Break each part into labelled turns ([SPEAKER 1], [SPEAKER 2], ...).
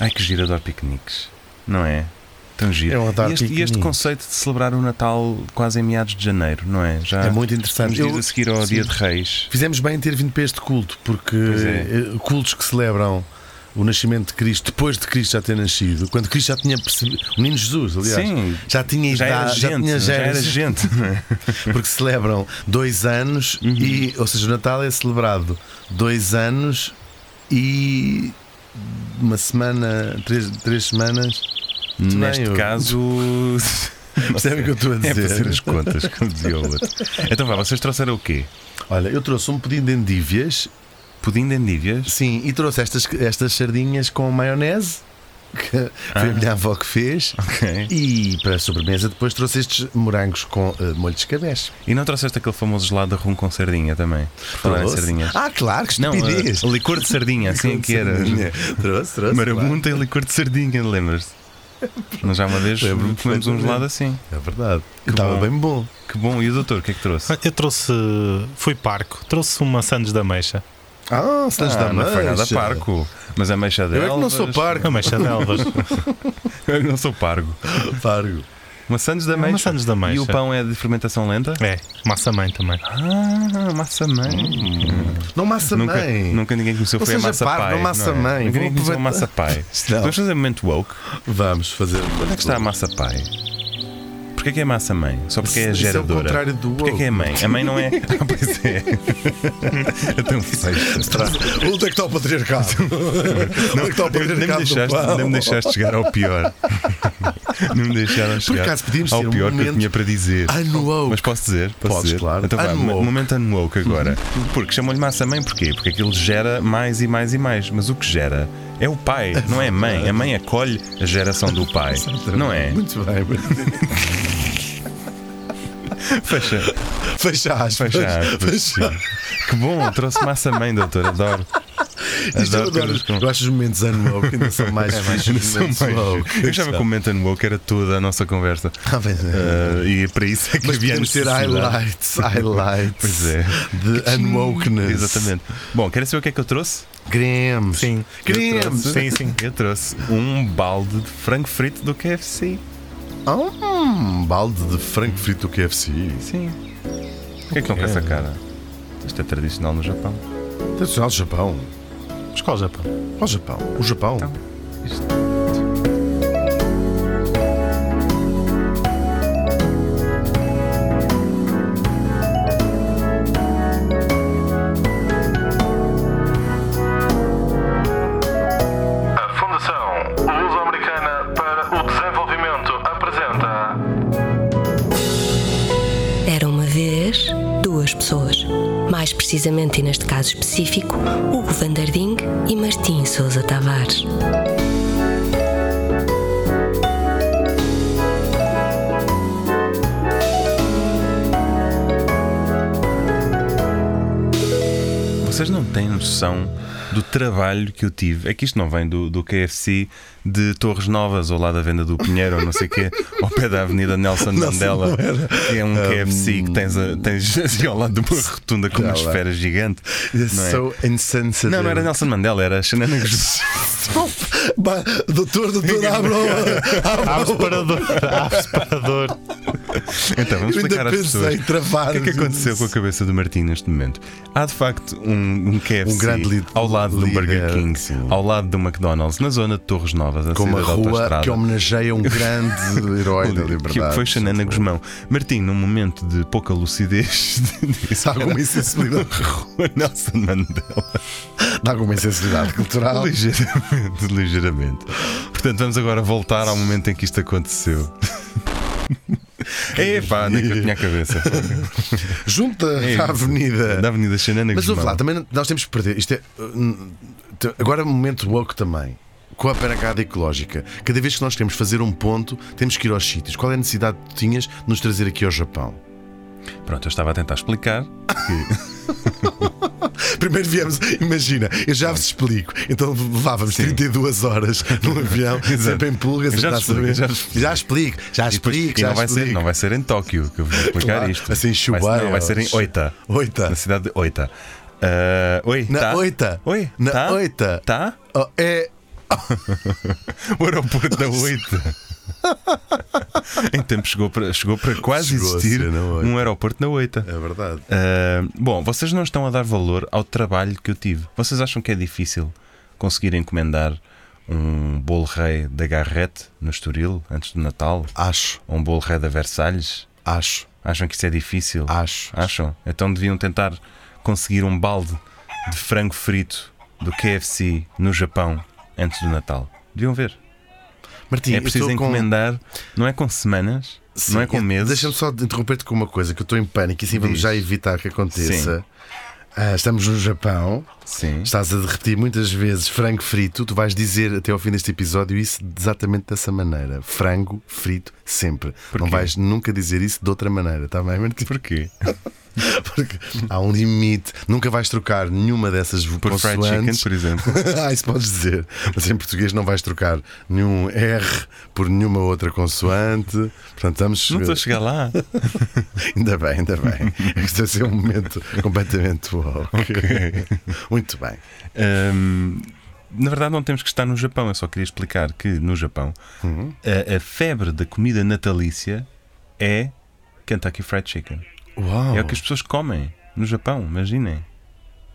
[SPEAKER 1] Ai que giro, adoro piqueniques. Não é? Tão giro.
[SPEAKER 2] Eu adoro
[SPEAKER 1] e, este, e este
[SPEAKER 2] piqueniques.
[SPEAKER 1] conceito de celebrar o Natal quase em meados de janeiro, não é? Já
[SPEAKER 2] É muito
[SPEAKER 1] uns
[SPEAKER 2] interessante.
[SPEAKER 1] dias
[SPEAKER 2] Eu-
[SPEAKER 1] a seguir ao
[SPEAKER 2] sim.
[SPEAKER 1] Dia de Reis.
[SPEAKER 2] Fizemos bem em ter vindo para este culto, porque
[SPEAKER 1] Pois é.
[SPEAKER 2] eh, cultos que celebram o nascimento de Cristo, depois de Cristo já ter nascido, quando Cristo já tinha percebido, o menino Jesus, aliás,
[SPEAKER 1] Sim.
[SPEAKER 2] já tinha
[SPEAKER 1] Já era
[SPEAKER 2] idade, já
[SPEAKER 1] gente,
[SPEAKER 2] tinha
[SPEAKER 1] já era
[SPEAKER 2] gênese,
[SPEAKER 1] gente. Uhum. não é?
[SPEAKER 2] porque celebram dois anos e, ou seja, o Natal é celebrado dois anos e uma semana, três, três semanas. Muito bem,
[SPEAKER 1] Neste
[SPEAKER 2] eu-
[SPEAKER 1] caso.
[SPEAKER 2] Percebem o que eu estou a
[SPEAKER 1] É para
[SPEAKER 2] dizer?
[SPEAKER 1] fazer as contas, como dizia o outro. Então vá, vocês trouxeram o quê?
[SPEAKER 2] Olha, eu trouxe um pudim de endívias,
[SPEAKER 1] Pudim de endívias?
[SPEAKER 2] sim, e trouxe estas, estas sardinhas com maionese, que
[SPEAKER 1] Ah.
[SPEAKER 2] foi a minha avó que fez.
[SPEAKER 1] Ok.
[SPEAKER 2] E para a sobremesa depois trouxe estes morangos com eh, molho de escabeche.
[SPEAKER 1] E não trouxeste aquele famoso gelado de rum com sardinha também? Por Falar em
[SPEAKER 2] Trouxe?
[SPEAKER 1] sardinhas.
[SPEAKER 2] Ah, claro, que
[SPEAKER 1] Não,
[SPEAKER 2] estupidez.
[SPEAKER 1] eh, licor de sardinha, assim é que era.
[SPEAKER 2] Sardinha. Trouxe, trouxe.
[SPEAKER 1] Marabunta e licor de sardinha, lembras-te? Nós já uma vez
[SPEAKER 2] Lembro-me
[SPEAKER 1] comemos um
[SPEAKER 2] perfeitamente.
[SPEAKER 1] gelado assim.
[SPEAKER 2] claro. É verdade.
[SPEAKER 1] bom.
[SPEAKER 2] Estava bem bom.
[SPEAKER 1] Que bom. E o doutor, o que é que trouxe?
[SPEAKER 3] Ah, Eu trouxe. Fui parco, trouxe uma Sandes da Meixa.
[SPEAKER 2] Ah, estás da
[SPEAKER 1] não foi nada
[SPEAKER 2] mancha.
[SPEAKER 1] parco. Mas a meixa
[SPEAKER 2] Eu
[SPEAKER 1] dela.
[SPEAKER 2] é que não sou parco.
[SPEAKER 3] A Meixa de Elvas.
[SPEAKER 1] Eu é que não sou pargo.
[SPEAKER 2] parco.
[SPEAKER 1] Maçãs
[SPEAKER 2] É
[SPEAKER 1] da
[SPEAKER 3] uma
[SPEAKER 1] meixa.
[SPEAKER 3] Sandes da
[SPEAKER 1] E
[SPEAKER 3] Meixa.
[SPEAKER 1] o pão é de fermentação lenta?
[SPEAKER 3] É, massa mãe também.
[SPEAKER 1] Ah, massa mãe.
[SPEAKER 2] Não massa
[SPEAKER 1] Nunca,
[SPEAKER 2] mãe.
[SPEAKER 1] nunca ninguém conheceu
[SPEAKER 2] Ou
[SPEAKER 1] foi
[SPEAKER 2] seja,
[SPEAKER 1] a massa
[SPEAKER 2] parvo,
[SPEAKER 1] pai.
[SPEAKER 2] não massa
[SPEAKER 1] é?
[SPEAKER 2] mãe.
[SPEAKER 1] Ninguém
[SPEAKER 2] Vou
[SPEAKER 1] conheceu a
[SPEAKER 2] aproveitar.
[SPEAKER 1] massa pai.
[SPEAKER 2] Não.
[SPEAKER 1] Vamos fazer um momento woke.
[SPEAKER 2] Vamos fazer. um-
[SPEAKER 1] Onde é que está a massa pai? Porquê que é massa mãe? Só porque é
[SPEAKER 2] Isso- isso é o
[SPEAKER 1] geradora.
[SPEAKER 2] contrário do
[SPEAKER 1] Porquê que é mãe? A mãe não é. Ah, pois é. Então,
[SPEAKER 2] Onde é que está o patriarcado? Onde é que está o
[SPEAKER 1] nem me
[SPEAKER 2] patriarcado? do
[SPEAKER 1] deixaste,
[SPEAKER 2] pau?
[SPEAKER 1] nem me deixaste chegar ao pior. não me deixaram chegar
[SPEAKER 2] acaso podíamos
[SPEAKER 1] ao
[SPEAKER 2] ter um
[SPEAKER 1] pior que eu
[SPEAKER 2] momento
[SPEAKER 1] tinha para dizer.
[SPEAKER 2] Unwoke.
[SPEAKER 1] Mas posso dizer? Posso
[SPEAKER 2] Podes,
[SPEAKER 1] dizer?
[SPEAKER 2] claro.
[SPEAKER 1] Então vá,
[SPEAKER 2] Unwoke.
[SPEAKER 1] mo- momento unwoke agora. Porque chamam-lhe massa mãe porquê? Porque aquilo gera mais e mais e mais. Mas o que gera é o pai, não é a mãe. A mãe acolhe a geração do pai. não é?
[SPEAKER 2] Muito bem. mas-
[SPEAKER 1] Fecha,
[SPEAKER 2] Fecha aspas.
[SPEAKER 1] fecha aspas. sim. Que bom, trouxe massa mãe, doutor. Adoro.
[SPEAKER 2] Isto eu
[SPEAKER 1] Adoro
[SPEAKER 2] adoro.
[SPEAKER 1] coisas com-
[SPEAKER 2] Eu acho os momentos unwoke ainda são mais
[SPEAKER 1] Eu não
[SPEAKER 2] fixos.
[SPEAKER 1] sou
[SPEAKER 2] momentos
[SPEAKER 1] mais-
[SPEAKER 2] woke.
[SPEAKER 1] Eu achava que o momento unwoke era toda a nossa conversa.
[SPEAKER 2] Ah, bem, é.
[SPEAKER 1] Ah, e para isso é que
[SPEAKER 2] Mas
[SPEAKER 1] havia a
[SPEAKER 2] podemos ter
[SPEAKER 1] necessidade.
[SPEAKER 2] highlights, highlights
[SPEAKER 1] Pois é.
[SPEAKER 2] de unwokeness.
[SPEAKER 1] Exatamente. Bom, querem saber o que é que eu trouxe?
[SPEAKER 2] Cremes.
[SPEAKER 3] Sim.
[SPEAKER 1] Eu
[SPEAKER 2] Cremes.
[SPEAKER 1] trouxe-
[SPEAKER 3] Sim, sim.
[SPEAKER 1] Eu trouxe um balde de frango frito do KFC.
[SPEAKER 2] Ah, um balde de frango frito é do KFC.
[SPEAKER 1] Sim. O que é que estão com essa cara? Isto é tradicional no Japão.
[SPEAKER 2] Tradicional do Japão.
[SPEAKER 3] Mas qual Japão?
[SPEAKER 2] Ó Japão. O Japão.
[SPEAKER 1] Isto-
[SPEAKER 4] A Fundação Luso-Americana para o Desenvolvimento apresenta
[SPEAKER 5] Era uma vez duas pessoas. Mais precisamente, e neste caso específico, Hugo Vandarding e Martim Sousa Tavares.
[SPEAKER 1] Vocês não têm noção do trabalho que eu tive. É que isto não vem do, do KFC de Torres Novas ou lá da venda do Pinheiro ou não sei o quê, ao pé da Avenida Nelson Mandela, que é um KFC que tens, a- tens assim ao lado de uma rotunda com uma
[SPEAKER 2] Ah, Já lá.
[SPEAKER 1] esfera gigante. Não, é?
[SPEAKER 2] So insensitive.
[SPEAKER 1] não, não era Nelson Mandela, era Xanana Guzmão.
[SPEAKER 2] Ba- Doutor, doutor, abra
[SPEAKER 3] Há separador. Há separador.
[SPEAKER 1] Então, vamos
[SPEAKER 2] Eu ainda
[SPEAKER 1] explicar às
[SPEAKER 2] pensei
[SPEAKER 1] pessoas.
[SPEAKER 2] em travar.
[SPEAKER 1] O que é que aconteceu com a cabeça do Martim neste momento? Há de facto um, um KFC
[SPEAKER 2] Um grande li-
[SPEAKER 1] ao lado do Burger
[SPEAKER 2] líder,
[SPEAKER 1] King,
[SPEAKER 2] sim.
[SPEAKER 1] ao lado do McDonald's, na zona de Torres Novas, a
[SPEAKER 2] Com uma
[SPEAKER 1] saída da
[SPEAKER 2] rua
[SPEAKER 1] autoestrada.
[SPEAKER 2] que homenageia um grande herói da
[SPEAKER 1] Que
[SPEAKER 2] liberdade.
[SPEAKER 1] foi Xanana Guzmão. Martim, num momento de pouca lucidez, disse
[SPEAKER 2] Alguma insensibilidade.
[SPEAKER 1] Rua Nelson Mandela.
[SPEAKER 2] De alguma insensibilidade cultural.
[SPEAKER 1] Ligeiramente, ligeiramente. Portanto, vamos agora voltar ao momento em que isto aconteceu. Epá, nem que eu tinha a cabeça.
[SPEAKER 2] Junta
[SPEAKER 1] É isso.
[SPEAKER 2] à avenida.
[SPEAKER 1] Da Avenida Xanana
[SPEAKER 2] Mas ouve
[SPEAKER 1] Guzmão.
[SPEAKER 2] lá, também nós temos que perder. Isto é. uh, n- te- Agora é um momento woke também. Com a paracada ecológica. Cada vez que nós queremos fazer um ponto, temos que ir aos sítios. Qual é a necessidade que tu tinhas de nos trazer aqui ao Japão?
[SPEAKER 1] Pronto, eu estava a tentar explicar.
[SPEAKER 2] Primeiro viemos, imagina, eu já vos explico. Então levávamos 32 horas num avião,
[SPEAKER 1] Exato.
[SPEAKER 2] sempre em pulgas,
[SPEAKER 1] Eu já
[SPEAKER 2] já,
[SPEAKER 1] explico,
[SPEAKER 2] saber.
[SPEAKER 1] já
[SPEAKER 2] já
[SPEAKER 1] explico.
[SPEAKER 2] explico, já explico, já
[SPEAKER 1] E depois-
[SPEAKER 2] explico.
[SPEAKER 1] e não vai, ser, não vai ser em Tóquio que eu vou explicar
[SPEAKER 2] Claro,
[SPEAKER 1] isto.
[SPEAKER 2] vai ser em
[SPEAKER 1] Vai ser- Não, vai ser em
[SPEAKER 2] Chubaios.
[SPEAKER 1] Oita.
[SPEAKER 2] Oita.
[SPEAKER 1] Na cidade de Oita. Ah, oi,
[SPEAKER 2] Na
[SPEAKER 1] tá?
[SPEAKER 2] oita.
[SPEAKER 1] Oi,
[SPEAKER 2] Na
[SPEAKER 1] tá?
[SPEAKER 2] oita.
[SPEAKER 1] Tá?
[SPEAKER 2] Oh, é.
[SPEAKER 1] O aeroporto da 8. em tempo chegou para, chegou para quase
[SPEAKER 2] Chegou a
[SPEAKER 1] existir
[SPEAKER 2] ser na Oita.
[SPEAKER 1] um aeroporto na 8.
[SPEAKER 2] É verdade.
[SPEAKER 1] Ah, bom, vocês não estão a dar valor ao trabalho que eu tive. Vocês acham que é difícil conseguir encomendar um bolo rei da Garrete no Estoril antes do Natal?
[SPEAKER 2] Acho,
[SPEAKER 1] Ou um bolo rei da Versalhes?
[SPEAKER 2] Ah. acho,
[SPEAKER 1] Acham que isso é difícil?
[SPEAKER 2] acho.
[SPEAKER 1] Acham? Então deviam tentar conseguir um balde de frango frito do KFC no Japão antes do Natal. Deviam ver.
[SPEAKER 2] Martim,
[SPEAKER 1] é
[SPEAKER 2] eu
[SPEAKER 1] preciso
[SPEAKER 2] estou com-
[SPEAKER 1] encomendar, não é com semanas,
[SPEAKER 2] Sim,
[SPEAKER 1] não é com
[SPEAKER 2] eu-
[SPEAKER 1] meses.
[SPEAKER 2] Deixa-me só interromper-te com uma coisa que eu estou em pânico e assim vamos
[SPEAKER 1] Diz.
[SPEAKER 2] já evitar que aconteça. Ah, estamos no Japão,
[SPEAKER 1] Sim.
[SPEAKER 2] estás a repetir muitas vezes frango frito, tu vais dizer até ao fim deste episódio isso exatamente dessa maneira. Frango frito sempre. Não
[SPEAKER 1] quê?
[SPEAKER 2] vais nunca dizer isso de outra maneira, está bem? Martim?
[SPEAKER 1] Porquê?
[SPEAKER 2] Porque há um limite. Nunca vais trocar nenhuma dessas
[SPEAKER 1] Por fried chicken,
[SPEAKER 2] consoantes.
[SPEAKER 1] por exemplo.
[SPEAKER 2] ah, isso podes dizer. Mas em português não vais trocar nenhum R por nenhuma outra consoante. Portanto, estamos.
[SPEAKER 1] Não estou a chegar lá.
[SPEAKER 2] Ainda bem, ainda bem. Este vai ser um momento completamente woke. Muito bem.
[SPEAKER 1] Hum, na verdade, não temos que estar no Japão. Eu só queria explicar que no Japão
[SPEAKER 2] Uhum.
[SPEAKER 1] a, a febre da comida natalícia é Kentucky Fried Chicken.
[SPEAKER 2] Uau!
[SPEAKER 1] É o que as pessoas comem no Japão, imaginem.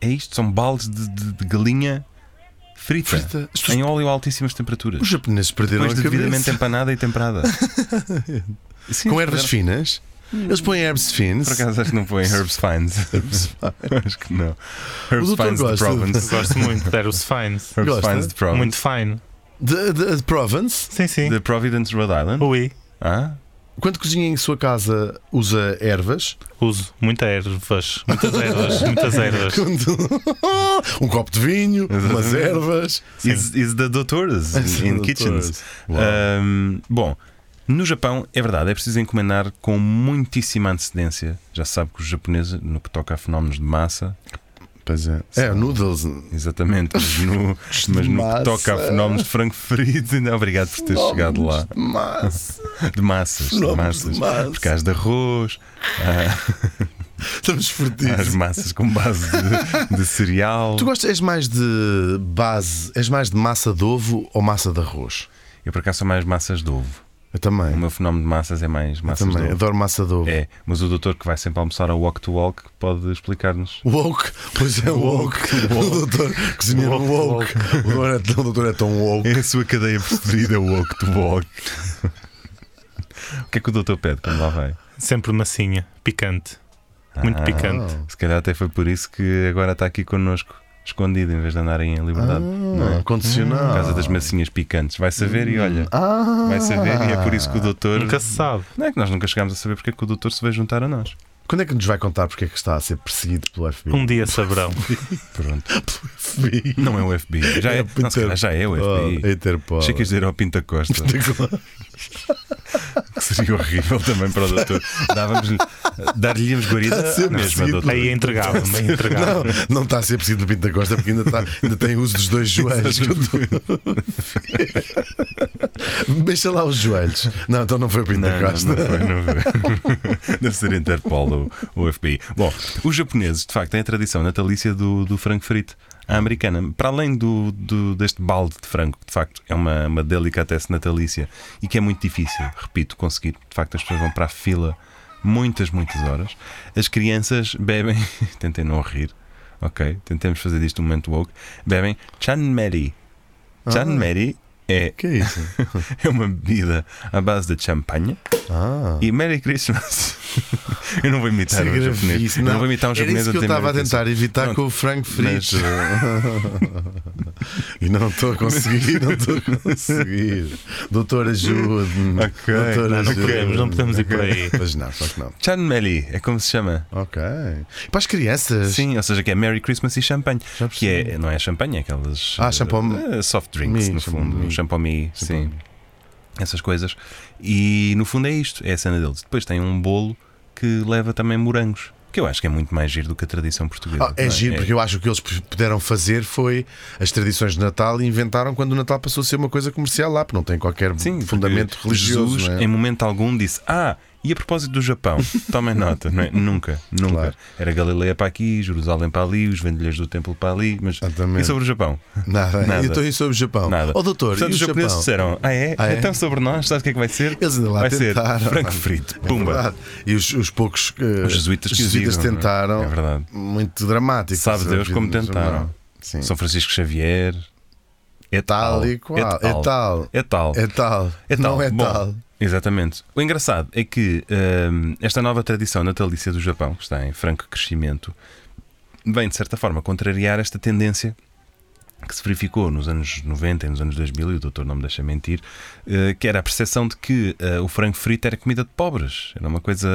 [SPEAKER 1] É isto, são baldes de, de- de galinha frita,
[SPEAKER 2] Frita. As pessoas-
[SPEAKER 1] em óleo a altíssimas temperaturas.
[SPEAKER 2] Os japoneses perderam
[SPEAKER 1] Depois
[SPEAKER 2] a cabeça.
[SPEAKER 1] devidamente empanada e temperada. Sim,
[SPEAKER 2] Com
[SPEAKER 1] eles
[SPEAKER 2] ervas
[SPEAKER 1] fizeram-
[SPEAKER 2] finas. Eles põem herbs
[SPEAKER 1] Por
[SPEAKER 2] finas.
[SPEAKER 1] acaso acho que não põem Herbs Fines. acho que não. Herbs
[SPEAKER 2] doutor
[SPEAKER 1] Fines de
[SPEAKER 2] gosta.
[SPEAKER 1] Provence.
[SPEAKER 3] Gosto muito de Eros Fines.
[SPEAKER 1] Herbs
[SPEAKER 2] Gosta?
[SPEAKER 1] Fines de Provence.
[SPEAKER 3] Muito fine.
[SPEAKER 2] De, de, de Provence,
[SPEAKER 3] Sim, sim.
[SPEAKER 1] De Providence, Rhode Island.
[SPEAKER 2] Oh.
[SPEAKER 3] Ui,
[SPEAKER 1] Ah?
[SPEAKER 2] quando cozinha em sua casa, usa ervas.
[SPEAKER 3] uso. Muitas ervas. Muitas ervas. Muitas ervas.
[SPEAKER 2] Quando- um copo de vinho, umas
[SPEAKER 1] Exatamente.
[SPEAKER 2] ervas.
[SPEAKER 1] Is, is the doctors
[SPEAKER 2] Is the
[SPEAKER 1] in, in
[SPEAKER 2] doctors.
[SPEAKER 1] kitchens.
[SPEAKER 2] Uau.
[SPEAKER 1] Ahm, bom, no Japão é verdade, é preciso encomendar com muitíssima antecedência. Já se sabe que os japoneses, no que toca a fenómenos de massa,
[SPEAKER 2] Pois é. É, noodles.
[SPEAKER 1] exatamente, mas no, mas no que
[SPEAKER 2] massa.
[SPEAKER 1] toca a fenómenos de frango frito, ainda obrigado por teres chegado lá.
[SPEAKER 2] Mas
[SPEAKER 1] De massas, de
[SPEAKER 2] Fenómenos de
[SPEAKER 1] massas.
[SPEAKER 2] massa.
[SPEAKER 1] Porque há as de arroz,
[SPEAKER 2] estamos
[SPEAKER 1] há as
[SPEAKER 2] fodidos.
[SPEAKER 1] massas com base de, de cereal.
[SPEAKER 2] Tu gostas, és mais de base, és mais de massa de ovo ou massa de arroz?
[SPEAKER 1] Eu por acaso sou mais massas de ovo.
[SPEAKER 2] Eu também.
[SPEAKER 1] O meu fenómeno de massas é mais
[SPEAKER 2] Eu
[SPEAKER 1] massas de
[SPEAKER 2] também.
[SPEAKER 1] ovo.
[SPEAKER 2] Adoro massa de ovo.
[SPEAKER 1] É, mas o doutor que vai sempre almoçar ao walk to walk pode explicar-nos.
[SPEAKER 2] Woke, pois é, woke. O doutor cozinheiro woke. O doutor é tão- o doutor é tão woke.
[SPEAKER 1] É a sua cadeia preferida, é o walk to walk. o que é que o doutor pede quando lá vai?
[SPEAKER 3] Sempre massinha. Picante. Muito
[SPEAKER 1] Ah.
[SPEAKER 3] picante.
[SPEAKER 1] Se calhar até foi por isso que agora está aqui connosco, escondido, em vez de andarem em liberdade. não é? Por causa
[SPEAKER 2] Ah, Condicionado.
[SPEAKER 1] das massinhas picantes. Vai saber e olha.
[SPEAKER 2] Ah,
[SPEAKER 1] Vai saber e é por isso que o doutor.
[SPEAKER 3] Nunca se sabe.
[SPEAKER 1] Não é que nós nunca chegámos a saber porque é que o doutor se veio juntar a nós.
[SPEAKER 2] quando é que nos vai contar porque é que está a ser perseguido pelo FBI?
[SPEAKER 3] Um dia saberão.
[SPEAKER 1] Pronto.
[SPEAKER 2] FBI.
[SPEAKER 1] Não é o FBI. Já é, não, se calhar já é o
[SPEAKER 2] Oh,
[SPEAKER 1] FBI.
[SPEAKER 2] Interpol.
[SPEAKER 1] Achei que ias dizer ao Pinta Costa. Que seria horrível também para o doutor. Dávamos-lhe- Dar-lhe-íamos guarida
[SPEAKER 2] Está a ser
[SPEAKER 1] à mesma,
[SPEAKER 2] perseguido.
[SPEAKER 1] doutor.
[SPEAKER 3] Aí entregava-me. aí
[SPEAKER 2] Não,
[SPEAKER 3] entregava-me.
[SPEAKER 2] não está a ser perseguido do Pinto da Costa porque ainda, está, ainda tem uso dos dois joelhos. Deixa lá os joelhos. Não, então não foi o Pinto da Costa.
[SPEAKER 1] Não, não foi, não foi. Deve ser Interpol ou, ou FBI. Bom, os japoneses, de facto, têm a tradição natalícia do, do frango frito à americana. Para além do, do- deste balde de frango, que de facto é uma, uma delicatesse natalícia e que é muito difícil, repito, conseguir. De facto, as pessoas vão para a fila muitas, muitas horas. As crianças bebem. Tentem não rir. Ok, tentemos fazer disto um momento woke. Bebem chanmeri.
[SPEAKER 2] Ah.
[SPEAKER 1] Chanmeri é,
[SPEAKER 2] Que é isso?
[SPEAKER 1] é uma bebida à base de champanhe
[SPEAKER 2] Ah.
[SPEAKER 1] e Merry Christmas. eu não vou imitar
[SPEAKER 2] Isso é
[SPEAKER 1] um japonês.
[SPEAKER 2] gravíssimo.
[SPEAKER 1] Eu não vou imitar um
[SPEAKER 2] Era
[SPEAKER 1] japonês
[SPEAKER 2] isso que eu
[SPEAKER 1] dizer
[SPEAKER 2] estava a
[SPEAKER 1] Merry
[SPEAKER 2] tentar evitar
[SPEAKER 1] Não,
[SPEAKER 2] com o frango
[SPEAKER 1] Christmas. uh,
[SPEAKER 2] frito e não estou a conseguir, não estou a conseguir. Doutor, ajude-me.
[SPEAKER 1] Ok, não,
[SPEAKER 2] Doutor,
[SPEAKER 1] não
[SPEAKER 2] ajude-me.
[SPEAKER 3] podemos, não podemos ir por aí.
[SPEAKER 2] Mas não, só que não.
[SPEAKER 1] Mas Chanmeli é como se chama.
[SPEAKER 2] Ok. Para as crianças.
[SPEAKER 1] Sim, ou seja, que é Merry Christmas e champanhe.
[SPEAKER 2] Já
[SPEAKER 1] Que é, não é champanhe, é aquelas.
[SPEAKER 2] Ah, champomi.
[SPEAKER 1] eh, soft drinks,
[SPEAKER 2] Mi,
[SPEAKER 1] no fundo.
[SPEAKER 2] champomi.
[SPEAKER 1] Champomi, sim. Essas coisas. E no fundo é isto, é a cena deles. Depois tem um bolo que leva também morangos. Que eu acho que é muito mais giro do que a tradição portuguesa.
[SPEAKER 2] Ah, é
[SPEAKER 1] não
[SPEAKER 2] giro, porque eu acho que o que eles p- puderam fazer foi as tradições de Natal e inventaram quando o Natal passou a ser uma coisa comercial lá, porque não tem qualquer
[SPEAKER 1] Sim,
[SPEAKER 2] fundamento
[SPEAKER 1] porque
[SPEAKER 2] religioso.
[SPEAKER 1] Jesus,
[SPEAKER 2] não é?
[SPEAKER 1] em momento algum, disse: Ah, E a propósito do Japão, tomem nota, não é? Nunca, nunca.
[SPEAKER 2] Claro.
[SPEAKER 1] Era Galileia para aqui, Jerusalém para ali, os vendilheiros do templo para ali, mas
[SPEAKER 2] Exatamente.
[SPEAKER 1] e sobre o Japão?
[SPEAKER 2] Nada.
[SPEAKER 1] Nada.
[SPEAKER 2] Eu estou aí sobre o Japão.
[SPEAKER 1] Nada.
[SPEAKER 2] Oh, doutor,
[SPEAKER 1] Portanto,
[SPEAKER 2] e
[SPEAKER 1] os
[SPEAKER 2] o
[SPEAKER 1] japoneses
[SPEAKER 2] Japão?
[SPEAKER 1] disseram: Ah, é?
[SPEAKER 2] Ah, é?
[SPEAKER 1] Então sobre nós, sabes o que é que vai ser?
[SPEAKER 2] Eles ainda lá
[SPEAKER 1] vai
[SPEAKER 2] tentaram.
[SPEAKER 1] ser frango frito,
[SPEAKER 2] É
[SPEAKER 1] pumba.
[SPEAKER 2] verdade. E os, os poucos eh,
[SPEAKER 1] Os jesuítas que
[SPEAKER 2] jesuítas
[SPEAKER 1] os digam, não é?
[SPEAKER 2] tentaram.
[SPEAKER 1] É verdade.
[SPEAKER 2] Muito dramático.
[SPEAKER 1] Sabe
[SPEAKER 2] essa
[SPEAKER 1] Deus
[SPEAKER 2] vida
[SPEAKER 1] como
[SPEAKER 2] no Japão.
[SPEAKER 1] tentaram.
[SPEAKER 2] Sim.
[SPEAKER 1] São Francisco Xavier. É
[SPEAKER 2] Tal e qual. É tal.
[SPEAKER 1] É tal.
[SPEAKER 2] É tal.
[SPEAKER 1] É tal.
[SPEAKER 2] Não é
[SPEAKER 1] Bom,
[SPEAKER 2] tal.
[SPEAKER 1] Exatamente. O engraçado é que hum, esta nova tradição natalícia do Japão, que está em franco crescimento, vem de certa forma contrariar esta tendência que se verificou nos anos 90 e nos anos 2000, e o doutor não me deixa mentir, eh, que era a percepção de que eh, o frango frito era comida de pobres. Era uma coisa,